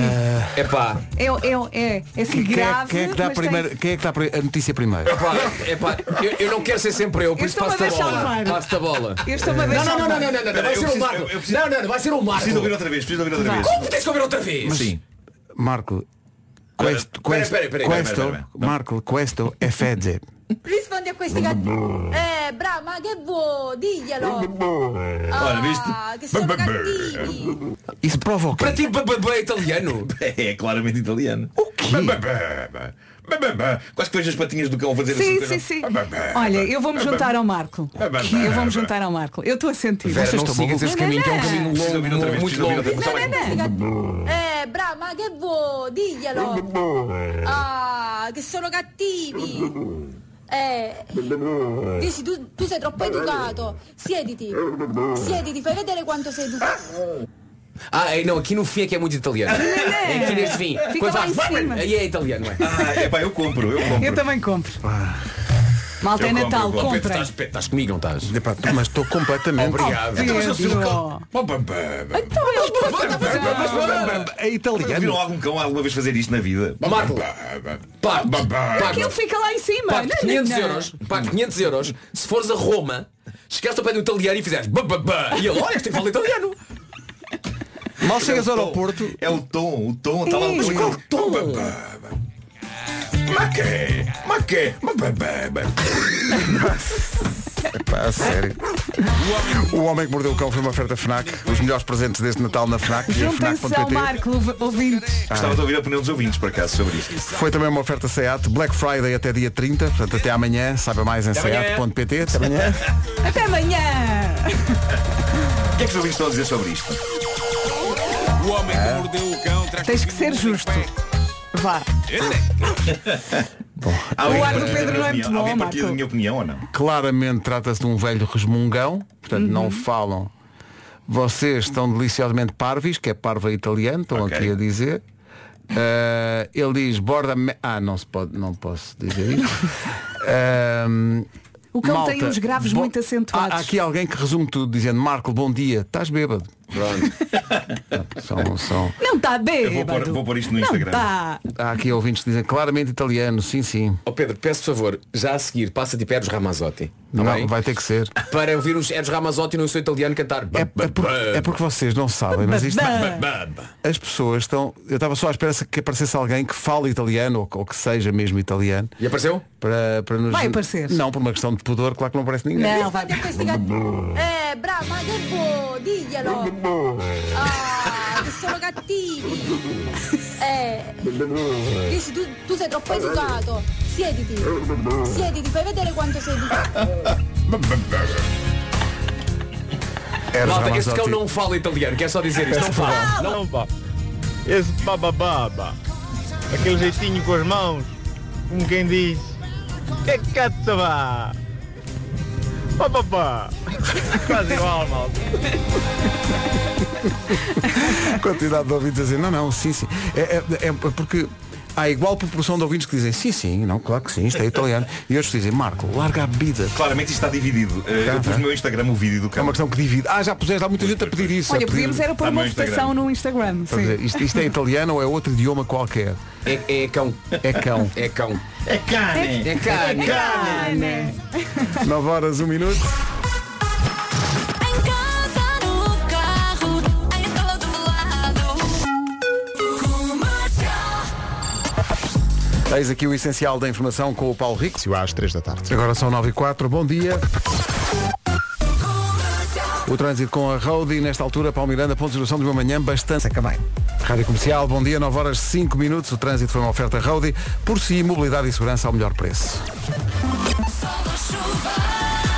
É pá.
Eu, eu, é, é assim
Quem é,
grave.
quem é que dá
mas
primeiro, quem é que dá pri- a notícia primeiro?
Epá, epá, eu, eu não quero ser sempre eu, por
Eu
isso
estou-me
passo-te a
a deixar
bola.
levar.
Passo-te a bola.
Eu estou-me a
não,
deixar
não, não, não, não,
levar.
Espera,
não, não, vai
eu
ser o
preciso-
Marco.
eu- eu preciso-
Não, não, não, vai ser o Marco.
Preciso ouvir outra vez, preciso ouvir outra vez.
Como tens que ouvir outra vez?
Mas- Marco, questo,
espera, espera,
questo,
espera, espera,
questo-
espera, espera.
Marco, questo è fede.
Rispondi a questi gatti. Eh, bravo, ma che vuoi? Diglielo.
Olha, viste?
Ah, que são
Isso provoca.
Para ti, bababá é italiano.
É claramente italiano. O quê? Quase que vejo as patinhas do cão fazer assim.
Sim, sim, sim. Olha, eu vou-me juntar ao Marco. Eu vou-me juntar ao Marco. Eu estou a sentir.
Vera, Vocês não estão sigas malucos? esse caminho, que é um caminho
Não, não,
longo,
não.
muito longo.
Questi gatti- Eh, bravo, ma che vuoi? Diglielo. Ah, che sono cattivi. Eh, dici, tu, tu sei troppo educato. Siediti. Siediti, fai vedere quanto sei educato.
Ah, é, não, aqui no fim é que é muito italiano.
é?
É aqui neste fim.
Fica
Quando
lá
faz-
em cima.
Aí é italiano, é.
Ah, é pá, eu compro, eu compro.
Eu também compro. Malta, é
Eu compro,
Natal,
eu compro.
comprem.
Estás- Estás comigo, não estás?
Epá, tu- mas estou completamente.
Obrigado.
Então, mas não sei o que-
Eh,
Então eles
É italiano.
Viram algum cão alguma vez fazer isto na vida?
Marco. Parte.
Aquilo fica lá em cima.
Pá,
Não, não,
500
não.
euros, pá, 500 euros, se fores a Roma, chegaste ao pé do italiano e fizeres bababá, e ele, olha, este é fala italiano.
Mal chegas ao aeroporto.
É o tom, o tom, está lá
É,
Mas qual o tom?
Maquê, maquê,
Epá, a sério. O Homem que Mordeu o Cão foi uma oferta FNAC. Os melhores presentes deste Natal na FNAC e em
Juntem-se ao
FNAC.pt.
Marco, ouv- ouvintes.
Gostava de ouvir a opinião dos ouvintes, por acaso, sobre isto.
Foi também uma oferta SEAT, Black Friday até dia 30, portanto até amanhã, saiba mais em
Até amanhã.
SEAT.pt. Até amanhã.
Até amanhã.
O que é que os ouvintes estão a dizer sobre isto?
O homem que mordeu o cão traz
Tens que ser justo. Vá.
Alguém
ar do
partilha
Pedro
da
não
minha-
é muito bom,
Alguém partilha da
Marco.
minha opinião ou não?
Claramente trata-se de um velho resmungão, portanto
Uhum.
não falam. Vocês estão deliciosamente parvis, que é parva italiano, estão aqui a dizer. Ah, ele diz borda me... Ah, não se pode, não posso dizer isso. Ahm,
O cão
malta,
tem uns graves
bo-
muito acentuados.
Há aqui alguém que resume tudo dizendo Marco, bom dia, estás bêbado. Pronto. são, são...
Não está bem.
vou pôr- vou pôr isto no Instagram.
Não está.
Há aqui ouvintes que dizem claramente italiano, sim, sim.
Ó Oh, Pedro, peço por favor, já a seguir, passa-te Eros Ramazzotti. tá
Não, vai ter que ser.
Para ouvir os Eros Ramazzotti no seu italiano cantar. É,
É porque vocês não sabem, mas isto. As pessoas estão. Eu estava só à espera que aparecesse alguém que fale italiano ou, ou que seja mesmo italiano.
E apareceu?
Para, para nos...
Vai aparecer.
Não, por uma questão de pudor, claro que não aparece ninguém.
Rispondi a questi gatti. Eh, bravo, ma che vuoi? Diglielo. Ah, che sono cattivi. Eh, dici, tu, tu sei troppo educato. Siediti. Siediti, fai vedere quanto sei educato.
Eros
Malta, este
Ramazzotti.
cão não fala italiano, quer só dizer isto. Não fala. Não.
pá. Esse babababa. Aquele jeitinho com as é mãos. Como quem diz. Que cata Bababá! Quase igual, malta.
Quantidade de ouvintes a dizer, não, não, sim, sim. É, é- é porque há igual proporção de ouvintes que dizem, sim, sim, não, claro que sim, isto é italiano. E outros dizem, Marco, larga a bebida.
Claramente isto está dividido. Eh,
Tá,
eu pus
tá.
no meu Instagram o vídeo do
É
carro.
uma questão que divide. Ah, já puseste, há muita gente a pedir isso. a
Olha,
pedir-
podíamos era pôr uma votação no Instagram.
Para dizer,
Sim.
Isto, isto é italiano ou é outro idioma qualquer?
É, é cão.
É cão.
É cão.
É
cane. É cane. É cane.
9 horas, 1 minuto. Eis aqui o essencial da informação com o Paulo Rico. Às 3 da tarde. Agora são 9 e 4. Bom dia. O trânsito com a Road e nesta altura, Paulo Miranda, ponto de situação de uma manhã bastante. Acabei. Rádio Comercial, bom dia, 9 horas 5 minutos. O trânsito foi uma oferta Road por si, mobilidade e segurança ao melhor preço.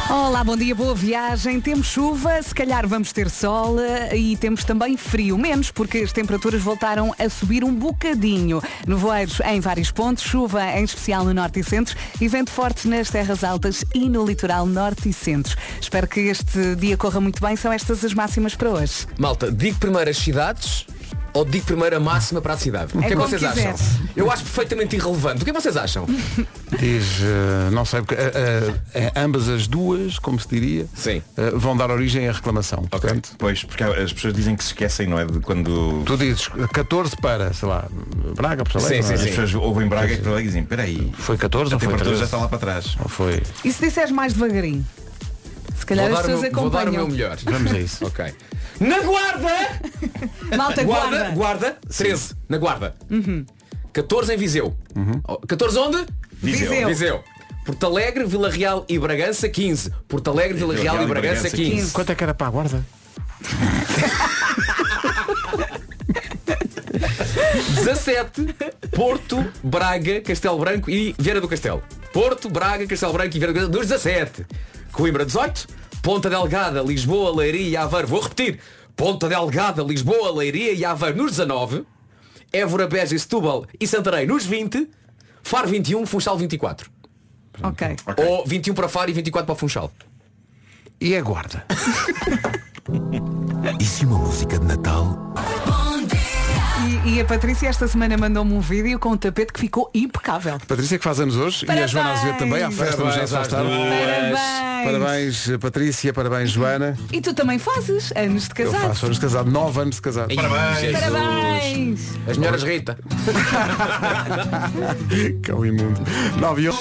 Olá, bom dia, boa viagem. Temos chuva, se calhar vamos ter sol eh, e temos também frio, menos porque as temperaturas voltaram a subir um bocadinho. Nevoeiros em vários pontos, chuva em especial no norte e centro e vento forte nas terras altas e no litoral norte e centro. Espero que este dia corra muito bem, são estas as máximas para hoje.
Malta, digo primeiro as cidades ou digo primeiro a máxima para a cidade? o que é que
como
vocês
quiser.
acham? Eu acho perfeitamente irrelevante. O que é que vocês acham?
Diz, eh, não sei, porque eh, eh, ambas as duas, como se diria,
Sim.
eh, vão dar origem à reclamação. Portanto,
Pois, porque há- as pessoas dizem que se esquecem, não é? De quando.
tu dizes 14 para, sei lá, Braga, por
Sim,
Alegre,
sim,
não é?
as pessoas ouvem Braga e Porto Alegre e dizem, peraí.
Foi 14
a
ou foi
temperatura
13?
já tá- está lá para trás.
Ou foi.
E se disseres mais devagarinho? Se calhar as pessoas
vou dar o
acompanham.
meu melhor.
Vamos a isso.
ok. Na guarda!
Malta
guarda,
guarda.
guarda, 13. Na guarda.
Uhum.
14 em Viseu. 14 onde?
Viseu. Viseu.
Uhum. Viseu. Porto Alegre, Vila Real e Bragança 15. Porto Alegre, Vila Real e Bragança 15.
Quanto é que era para a guarda?
17. Porto, Braga, Castelo Branco e Vieira do Castelo. Porto, Braga, Castelo Branco e Vieira do Castelo. Dos 17. Coimbra 18. Ponta Delgada, Lisboa, Leiria e Aveiro. Vou repetir. Ponta Delgada, Lisboa, Leiria e Aveiro nos 19. Évora, Beja e Setúbal e Santarém nos 20. Faro 21, Funchal 24.
Ok.
Ou 21 para Faro e 24 para Funchal.
E a guarda?
E se uma música de Natal?
E, e a Patrícia esta semana mandou-me um vídeo com um tapete que ficou impecável.
Patrícia que faz anos hoje e a
Parabéns.
Joana Azevedo também, à festa,
Parabéns
já se faz
às
tarde.
duas.
Parabéns.
Parabéns, eh, Patrícia, parabéns, Joana.
E tu também fazes anos de
Eu
casado.
faço anos de casado, 9 anos de casado.
Parabéns.
As melhores Rita.
Cão imundo. 9 e 1.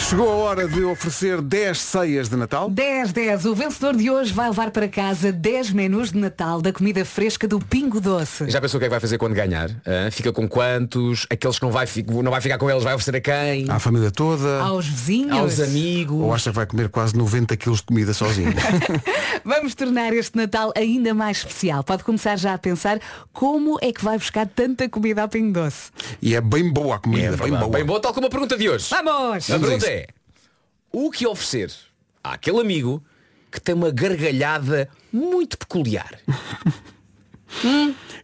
Chegou a hora de oferecer 10 ceias de Natal.
10, 10. O vencedor de hoje vai levar para casa 10 menus de Natal da comida fresca do Pingo Doce.
Já pensou o que é que vai fazer quando ganhar? Hã? fica com quantos? Aqueles que não vai, fi- não vai ficar com eles, vai oferecer a quem?
À família toda.
Aos vizinhos.
Aos amigos.
Ou acha que vai comer quase 90 quilos de comida sozinho.
Vamos tornar este Natal ainda mais especial. Pode começar já a pensar como é que vai buscar tanta comida ao Pingo Doce.
e é bem boa a comida,
É
bem
verdade.
boa.
Bem boa, tal como a pergunta de hoje. A
Vamos! Vamos a
pergunta
isso.
é, o que oferecer àquele amigo que tem uma gargalhada muito peculiar?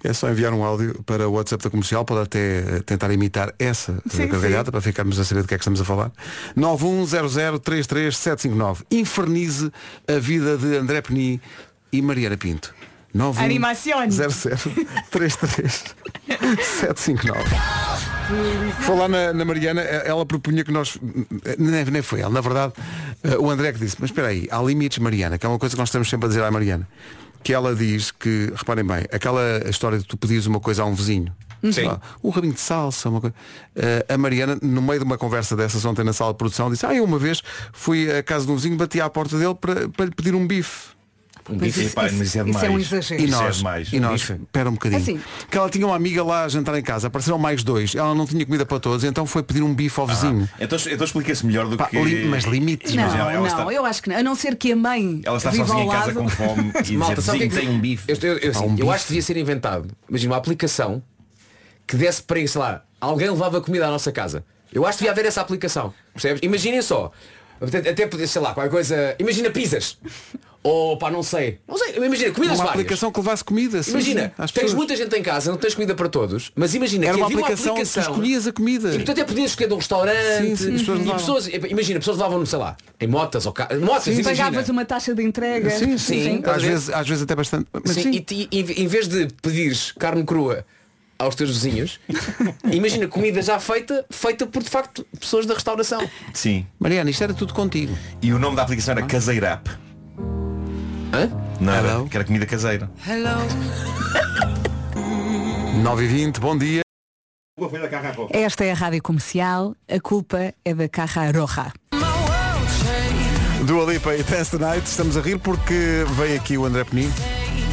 É só enviar um áudio para o WhatsApp da comercial, pode até eh, tentar imitar essa
Sim,
gargalhada para ficarmos a saber do que é que estamos a falar. 910033759. Infernize a vida de André Peni e Mariana Pinto. 91
Animacione.
0033759. Falar na, na Mariana, eh, ela propunha que nós. eh, Nem, nem foi ela, na verdade. eh, O André que disse, mas espera aí, há limites, Mariana, que é uma coisa que nós estamos sempre a dizer à Mariana. Que ela diz que, reparem bem, aquela história de tu pedires uma coisa a um vizinho.
Sim.
sei lá, Um rabinho de salsa, uma coisa. Eh, a Mariana, no meio de uma conversa dessas ontem na sala de produção, disse, ah, eu uma vez fui à casa de um vizinho, bati à porta dele para, para lhe pedir um bife.
Um bife,
isso-
pá,
isso-
mas é
isso é um
demais.
exagero.
E
Isso é
nós,
demais.
e nós,
Bife.
espera um bocadinho.
Assim.
Que ela tinha uma amiga lá a jantar em casa, apareceram mais dois, ela não tinha comida para todos, então foi pedir um bife ao vizinho.
Então, então explica-se melhor do
Pá,
que.
li- mas limites,
Não,
Mas ela, ela
não,
está,
eu acho que não. A não ser que a mãe
ela está
viva
sozinha
ao
em
lado.
casa com fome e dizer,
Malta, sabe o
vizinho
que é que-
tem um bife.
Eu, eu- eu- assim,
Há um
eu
bife.
acho que devia ser inventado. Imagina uma aplicação que desse para ir, sei lá, alguém levava comida à nossa casa. Eu acho que devia haver essa aplicação. Percebes? Imaginem só. Até, até poder, sei lá, qualquer coisa. Imagina pizzas. Ou pá, não sei. Não sei, imagina, comidas
Uma
várias.
aplicação que levasse comida. sim, sim,
Imagina,
às
tens
pessoas.
muita gente em casa, não tens comida para todos, mas imagina
Era
que
uma
havia
aplicação
uma
que
aplicação.
escolhias a comida.
E portanto até podias escolher de um restaurante.
Sim, sim, as pessoas
e
levavam.
pessoas, imagina, pessoas levavam-no, sei lá, em motas ou ca... motas,
Sim,
imagina.
pagavas uma taxa de entrega.
Sim, sim. Às, vezes, às vezes até bastante. Mas
Sim,
sim.
E, ti- em- em vez de pedires carne crua aos teus vizinhos, imagina comida já feita, feita por de facto pessoas da restauração.
Sim.
Mariana, isto era tudo contigo.
E o nome da aplicação era Caseira App.
Hã?
Não era, que era comida caseira.
9 e 20 bom dia.
Esta é a rádio comercial, a culpa é da Carra Roja.
Dua Lipa e Test the Night, estamos a rir porque veio aqui o André Penin,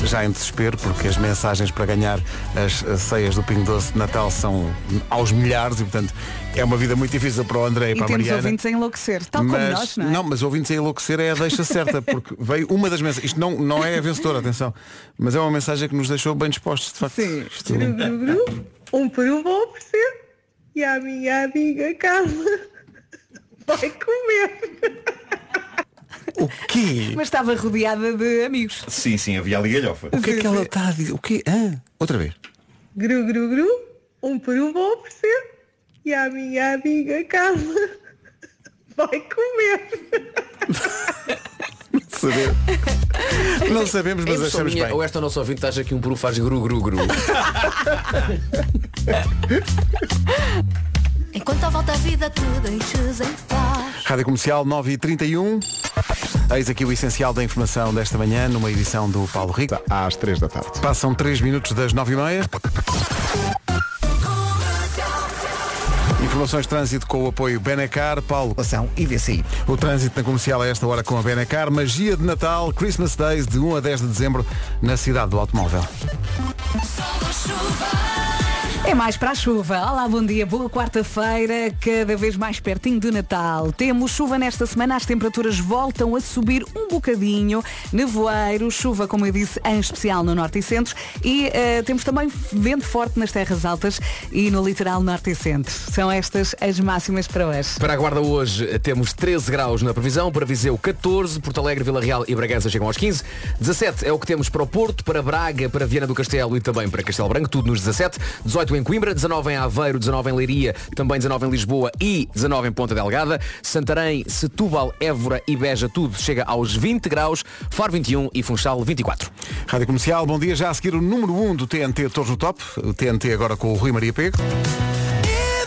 já em desespero, porque as mensagens para ganhar as as ceias do Pingo Doce de Natal são aos milhares e, portanto, é uma vida muito difícil para o André e,
E
para a
temos
Mariana.
ouvintes a enlouquecer, tal como
mas,
nós, não é?
mas ouvintes a enlouquecer é a deixa certa, porque veio uma das mensagens. Isto não, não é a vencedora, atenção, mas é uma mensagem que nos deixou bem dispostos, de facto. Sim.
é
Um por um vou oferecer e a minha amiga Carla vai comer.
O quê?
Mas estava rodeada de amigos.
Sim, sim, havia ali galhofa.
O que é que ela está a dizer? O quê? Hã? Outra vez.
Gru, gru, gru. Um por um vou oferecer e a minha amiga Carla vai comer.
Saber. Não sabemos, mas
Em pessoa
achamos
minha,
bem.
Ou esta nossa ouvinte acha que um peru faz gru gru gru.
Enquanto a volta à vida te deixes em paz.
Rádio Comercial 9h31. Eis aqui o essencial da informação desta manhã numa edição do Paulo Rico. Às 3 da tarde. Passam 3 minutos das 9h30. Informações de trânsito com o apoio Benacar, Paulo. Ação e VCI. O trânsito na comercial a esta hora com a Benacar. Magia de Natal, Christmas Days, de 1 a 10 de dezembro, na cidade do automóvel.
É mais para a chuva. Olá, bom dia, boa quarta-feira, cada vez mais pertinho de Natal. Temos chuva nesta semana, as temperaturas voltam a subir um bocadinho. Nevoeiro, chuva, como eu disse, em especial no Norte e Centro. E eh, temos também vento forte nas terras altas e no litoral Norte e Centro. São estas as máximas para hoje.
Para a Guarda hoje eh, temos 13 graus na previsão, para Viseu 14, Porto Alegre, Vila Real e Bragança chegam aos 15, 17 é o que temos para o Porto, para Braga, para Viana do Castelo e também para Castelo Branco, tudo nos 17, 18 em Coimbra, 19 em Aveiro, 19 em Leiria, também 19 em Lisboa e 19 em Ponta Delgada, Santarém, Setúbal, Évora e Beja, tudo chega aos 20 graus, Faro 21 e Funchal 24.
Rádio Comercial, bom dia. Já a seguir o número 1 do TNT Todos no Top. O TNT agora com o Rui Maria Pego.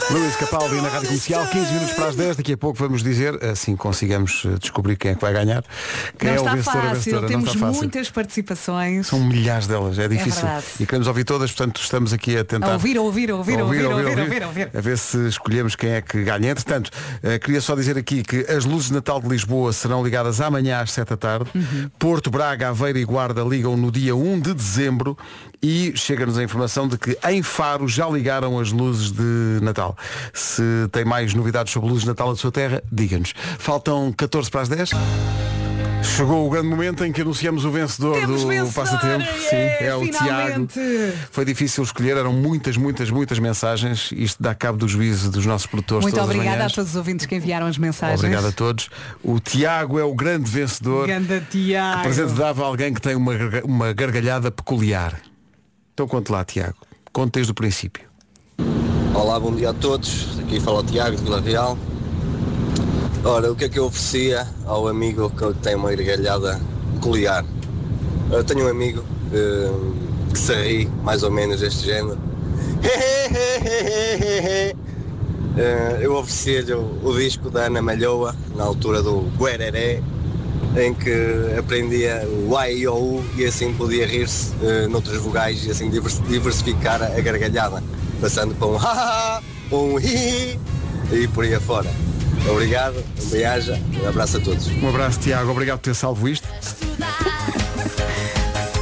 Luís Capaldi na Rádio Comercial, 15 minutos para as 10. Daqui a pouco vamos dizer, assim consigamos eh, descobrir quem é que vai ganhar. Quem
não
é
está
o vencedor ou
fácil,
vencedora.
temos
não está fácil.
muitas participações.
São milhares delas, é difícil.
verdade.
e queremos ouvir todas, portanto estamos aqui a tentar.
A ouvir, a ouvir, a ouvir, a ouvir, a ouvir, a ouvir, a ouvir.
A ver se escolhemos quem é que ganha. Entretanto, eh, queria só dizer aqui que as luzes de Natal de Lisboa serão ligadas amanhã às 7 da tarde.
Uhum.
Porto, Braga, Aveiro e Guarda ligam no dia 1 de dezembro e chega-nos a informação de que em Faro já ligaram as luzes de Natal. Se tem mais novidades sobre luzes de Natal da sua terra, diga-nos. Faltam 14 para as 10. Chegou o grande momento em que anunciamos o vencedor
Temos
do
vencedor,
passatempo. Sim, é o Tiago.
finalmente.
Foi difícil escolher, eram muitas, muitas, muitas mensagens. Isto dá cabo do juízo dos nossos produtores
Muito
todas
obrigada a
as manhãs.
todos os ouvintes que enviaram as mensagens.
Obrigado a todos. O Tiago é o grande vencedor.
Ganda Tiago.
Que presente dava a alguém que tem uma, garga- uma gargalhada peculiar. Então conte lá, Tiago. Conte desde o princípio.
Olá, bom dia a todos. Aqui fala o Tiago de Vila Real. Ora, o que é que eu oferecia ao amigo que tem uma gargalhada peculiar? Eu tenho um amigo eh, que se ri mais ou menos deste género. Eh, eu oferecia-lhe o, o disco da Ana Malhoa, na altura do Guereré, em que aprendia o Y e o U e assim podia rir-se eh, noutras vogais e assim divers- diversificar a gargalhada, passando para um ha um hi e por aí afora. Obrigado, um beijo, um abraço a todos.
Um abraço, Tiago. Obrigado por ter salvo isto.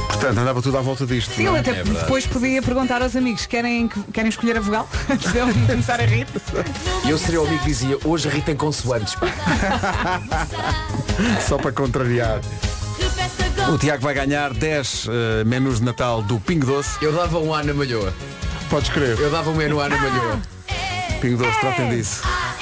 Portanto, andava tudo à volta disto.
Sim,
não
ele
é?
até
É verdade.
depois podia perguntar aos amigos, querem, querem escolher a vogal? Antes de eu começar a rir.
E eu seria o amigo que dizia, hoje Rita em consoantes. pá."
Só para contrariar. O Tiago vai ganhar 10 eh, menus de Natal do Pingo Doce.
Eu dava um ano na malhoa.
Podes crer.
Eu dava um menu à Ana Malhoa.
Pingo Doce, tratem disso.
Ah,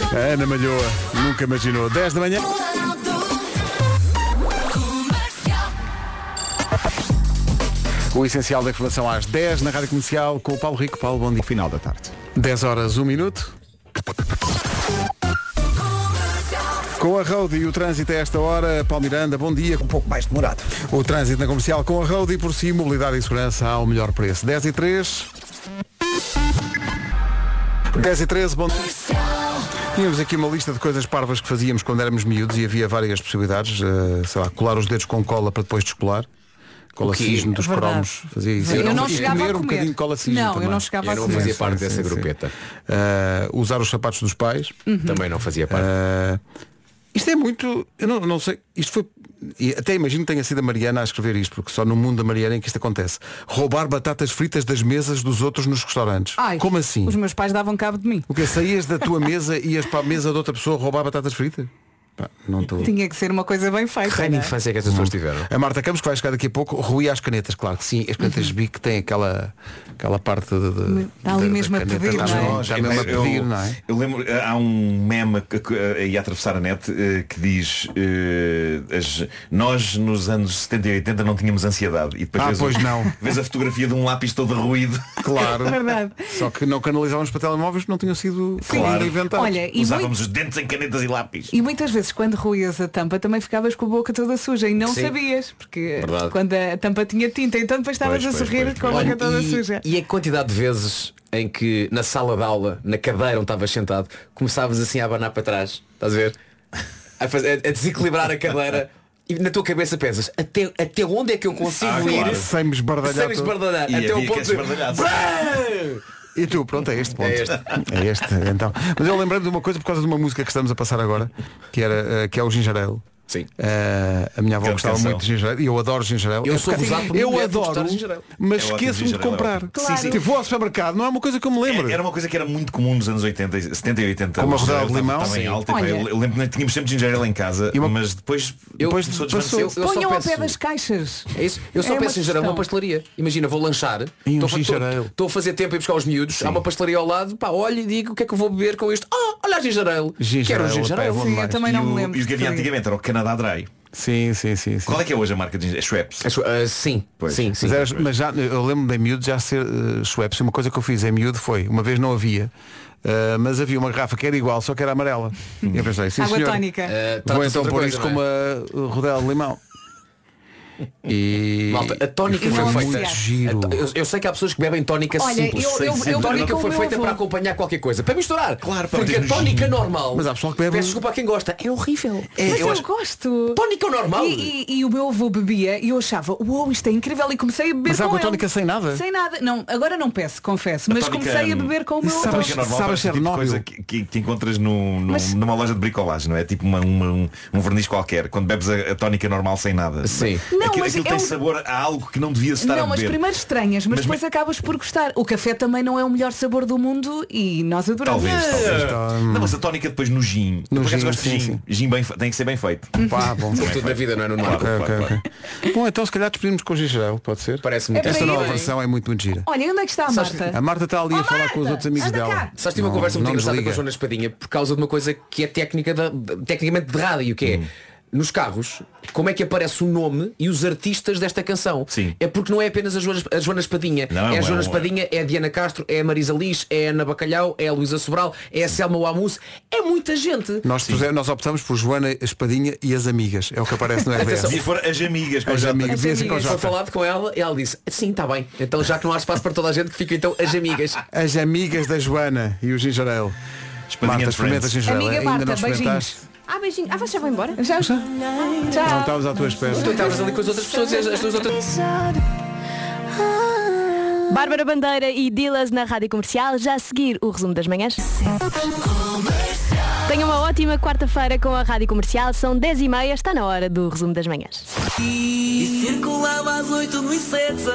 então é
Ana Malhoa, nunca imaginou. 10 da manhã. O essencial da informação às 10 na Rádio Comercial com o Paulo Rico. Paulo, bom dia.
Final da tarde.
10 horas, 1 minuto. Com a Road e o trânsito a esta hora, Paulo Miranda, bom dia.
Um pouco mais demorado.
O trânsito na comercial com a Road e por si, mobilidade e segurança ao melhor preço. 10 e 3. 10 e 13, bom Tínhamos aqui uma lista de coisas parvas que fazíamos quando éramos miúdos e havia várias possibilidades. eh, sei lá, colar os dedos com cola para depois descolar. Cola
quê?
cisne dos
É verdade.
cromos. Fazia isso.
Eu
E-
não
e
chegava a
comer um
comer.
bocadinho de cola cisne
Não, eu
também.
não chegava
Eu não a comer. fazia parte dessa grupeta.
Eh, usar os sapatos dos pais.
Uhum. Também não fazia
Ah,
parte.
Eh, isto é muito. Eu não, não sei. Isto foi. e até imagino que tenha sido a Mariana a escrever isto, porque só no mundo da Mariana é que isto acontece. Roubar batatas fritas das mesas dos outros nos restaurantes.
Ai,
Como assim?
Os meus pais davam cabo de mim.
O que saías da tua mesa e ias para a mesa de outra pessoa roubar batatas fritas? Pá, não estou.
Tinha que ser uma coisa bem feita. não é?
que essas pessoas tiveram. A Marta Campos, que vai chegar daqui a pouco, ruía as canetas, claro que sim. As canetas BIC têm aquela, aquela parte de. de-
Está Uhum. ali
da-
mesmo
da
a
caneta,
pedir,
está
não é?
mesmo- está mesmo a
Eu-
pedir, não é?
Eu lembro, eh, há um meme que- que- aí a atravessar a net eh, que diz eh, as- nós nos anos 70 e 80 não tínhamos ansiedade. E depois
Ah,
vês o-
pois não.
Vês a fotografia de um lápis todo ruído.
Claro.
Verdade.
Só que não canalizávamos para telemóveis que não tinham sido ainda inventados.
Olha, e muito-
os dentes em canetas e lápis.
E muitas vezes quando ruías a tampa também ficavas com a boca toda suja e não
Sim.
sabias, porque
Verdade.
quando a tampa tinha tinta, então depois estavas
Pois,
a
pois,
sorrir
pois,
com a
pois.
boca toda
e,
suja.
E a quantidade de vezes em que na sala de aula, na cadeira onde estavas sentado, começavas assim a abanar para trás, estás a ver? A, fazer- a- a desequilibrar a cadeira. E na tua cabeça pensas, até, até onde é que eu consigo
Ah,
ir?
claro. Sem me esbardalhar
Sem me
todo.
esbardalhar.
E
Até o
havia
ponto
que
de...
esbardalhar.
Brrr!
E tu, pronto, é este ponto.
É este.
É este, então. Mas eu lembrei-me de uma coisa por causa de uma música que estamos a passar agora, que, era, eh, que é o Ginger Ale.
Sim.
a minha avó
Grande
gostava
canção.
muito de Ginger Ale e eu adoro Ginger Ale.
Eu
É
sou
porque-
abusado por minha
Eu
mulher por gostar
adoro,
de Ginger Ale.
mas
É ótimo,
esqueço-me de
Ginger Ale é
comprar.
ótimo. Claro. Sim, sim.
Tipo, vou ao supermercado, não é uma coisa que eu me lembro.
Era uma coisa que era muito comum nos anos 80, e 70 e 80.
Como a
Os
rodela
ginger
de
ale
limão?
estavam em
Sim.
alta, e, pá,
Olha.
eu lembro que tínhamos sempre ginger ale em casa, mas depois, depois começou a desvanecer.
eu- eu só
Ponham ao pé
penso-
das caixas.
É isso. Eu só
É uma
peço em geral uma
questão.
pastelaria. Imagina, vou lanchar.
um ginger ale.
Estou a fazer tempo a ir buscar os miúdos. Há uma pastelaria ao lado. Pá, olha e digo o que é que eu vou beber com isto. Ah, olha a ginger ale.
Ginger
Quero um
ale,
ginger
pá, é
ale.
bom demais. E o- E o que havia
Sim.
antigamente era o Canadá Dry.
Sim, sim, sim.
Qual é que é hoje a marca de ginger? É Schweppes?
ah, sim.
sim,
mas, é era- mas já, eu lembro-me em miúdo já ser uh, Schweppes. Uma coisa que eu fiz em miúdo foi, uma vez não havia, eh, mas havia uma garrafa que era igual, só que era amarela. E eu pensei, sim,
Água
senhor,
tónica. Eh,
vou
trata-se de
então
tá, outra
pôr
coisa,
isto com
não é?
uma uh, rodela de limão. E...
Malta, a tónica
E
foi
foi
feita.
muito giro.
A to- Eu, eu sei que há pessoas que bebem tónica
Olha,
simples.
eu- eu-
a
eu bebi
tónica
com o
foi
meu
feita
avô.
para acompanhar qualquer coisa. Para misturar. Claro,
para
Porque a
ter-
tónica normal.
Mas há pessoal que bebe- um-
Peço desculpa a quem gosta. É horrível.
Mas
eu
eu,
acho-
gosto.
Tónica é o normal.
E, e- e o meu avô bebia e eu achava, uau, isto é incrível. E comecei a beber
Mas
com
água
ele.
tónica sem nada?
Sem nada. Não, agora não peço, confesso. Mas
tónica,
comecei a beber com o meu avô.
Sabes, normal,
sabes
parece o tipo de
Chernobyl?
coisa que, que, que encontras num- num-
Mas-
numa loja de bricolagem, não é? Tipo uma- uma- um, um verniz qualquer, quando bebes a, a tónica normal sem nada. Sim.
Não,
aquilo
mas
aquilo
é
tem
um-
sabor a algo que não devia estar
Não,
a
mas
beber.
primeiro estranhas,
Mas
mas, depois acabas por gostar. O café também não é o melhor sabor do mundo e nós adoramos.
Talvez, talvez. Não, mas a tónica depois no gin. Eu,
No
por acaso
gin,
gosto de
sim,
gin. Gin bem fe- tem que ser bem feito.
Uhum.
Pá, bom.
Também foi.
é
Claro,
Ok,
claro,
ok,
claro.
ok. Bom, então se calhar despedimos com o Ginger Ale, pode ser?
Parece
muito É
Esta
para
nova
ir,
versão é muito, muito gira.
Olha, onde é que está a
Sabes-
Marta?
A Marta está ali a falar com os outros amigos
anda cá.
dela.
Sabes, tive uma
Não-
conversa muito
não
engraçada com a
desliga.
Joana Espadinha por causa de uma coisa que é técnica da, de- tecnicamente de rádio, que é nos carros, como é que aparece o nome e os artistas desta canção? É porque não é apenas a Joana, a Joana Espadinha.
Não,
é a
é
Joana
um-
Espadinha, é a Diana Castro, é a Marisa Liz, é a Ana Bacalhau, é a Luísa Sobral, é a Selma Wamus, é muita gente.
Nós, pusemos- nós optamos por Joana Espadinha e as amigas. É o que aparece no RDS.
Devia pôr as amigas com
As
J.
amigas, devia ser com
Amigas,
J.
foi falado com ela e ela disse, sim, está bem. Então já que não há espaço para toda a gente, que fica então as amigas.
As amigas da Joana e o Ginger Ale. Marta,
de
experimenta
Friends.
Ginger Ale.
Amiga
Ainda
Marta,
não experimentaste?
beijinhos.
Ah, beijinho. Ah, vocês já vão embora?
Já, já.
Não estavas à tua espera.
Tu estavas ali com as outras pessoas e as, as duas outras.
Bárbara Bandeira e Dilas na Rádio Comercial, já a seguir o resumo das manhãs. Tenha uma ótima quarta-feira com a Rádio Comercial, são 10h30, está na hora do resumo das manhãs.
E circulava às 8 no IC19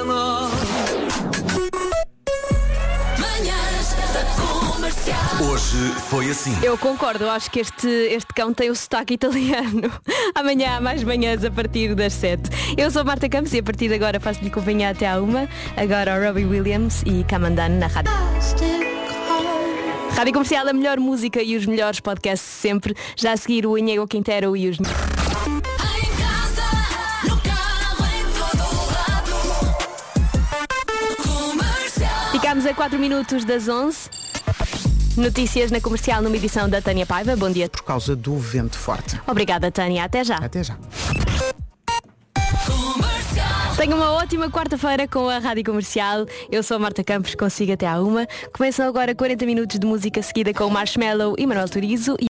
Manhãs da comercial.
Hoje foi assim.
Eu concordo, eu acho que este, este cão tem o sotaque italiano. Amanhã há mais manhãs a partir das 7. Eu sou a Marta Campos e a partir de agora faço-lhe companhia até à uma. Agora o Robbie Williams e Camandano na Rádio. Rádio Comercial, a melhor música e os melhores podcasts sempre. Já a seguir o Inhego Quintero e os... Ficámos a 4 minutos das 11. Notícias na comercial numa edição da Tânia Paiva. Bom dia.
Por causa do vento forte.
Obrigada, Tânia. Até já.
Até já.
Tenha uma ótima quarta-feira com a Rádio Comercial. Eu sou a Marta Campos, consigo até à uma. Começam agora 40 minutos de música seguida com Marshmallow e Manuel Turizo.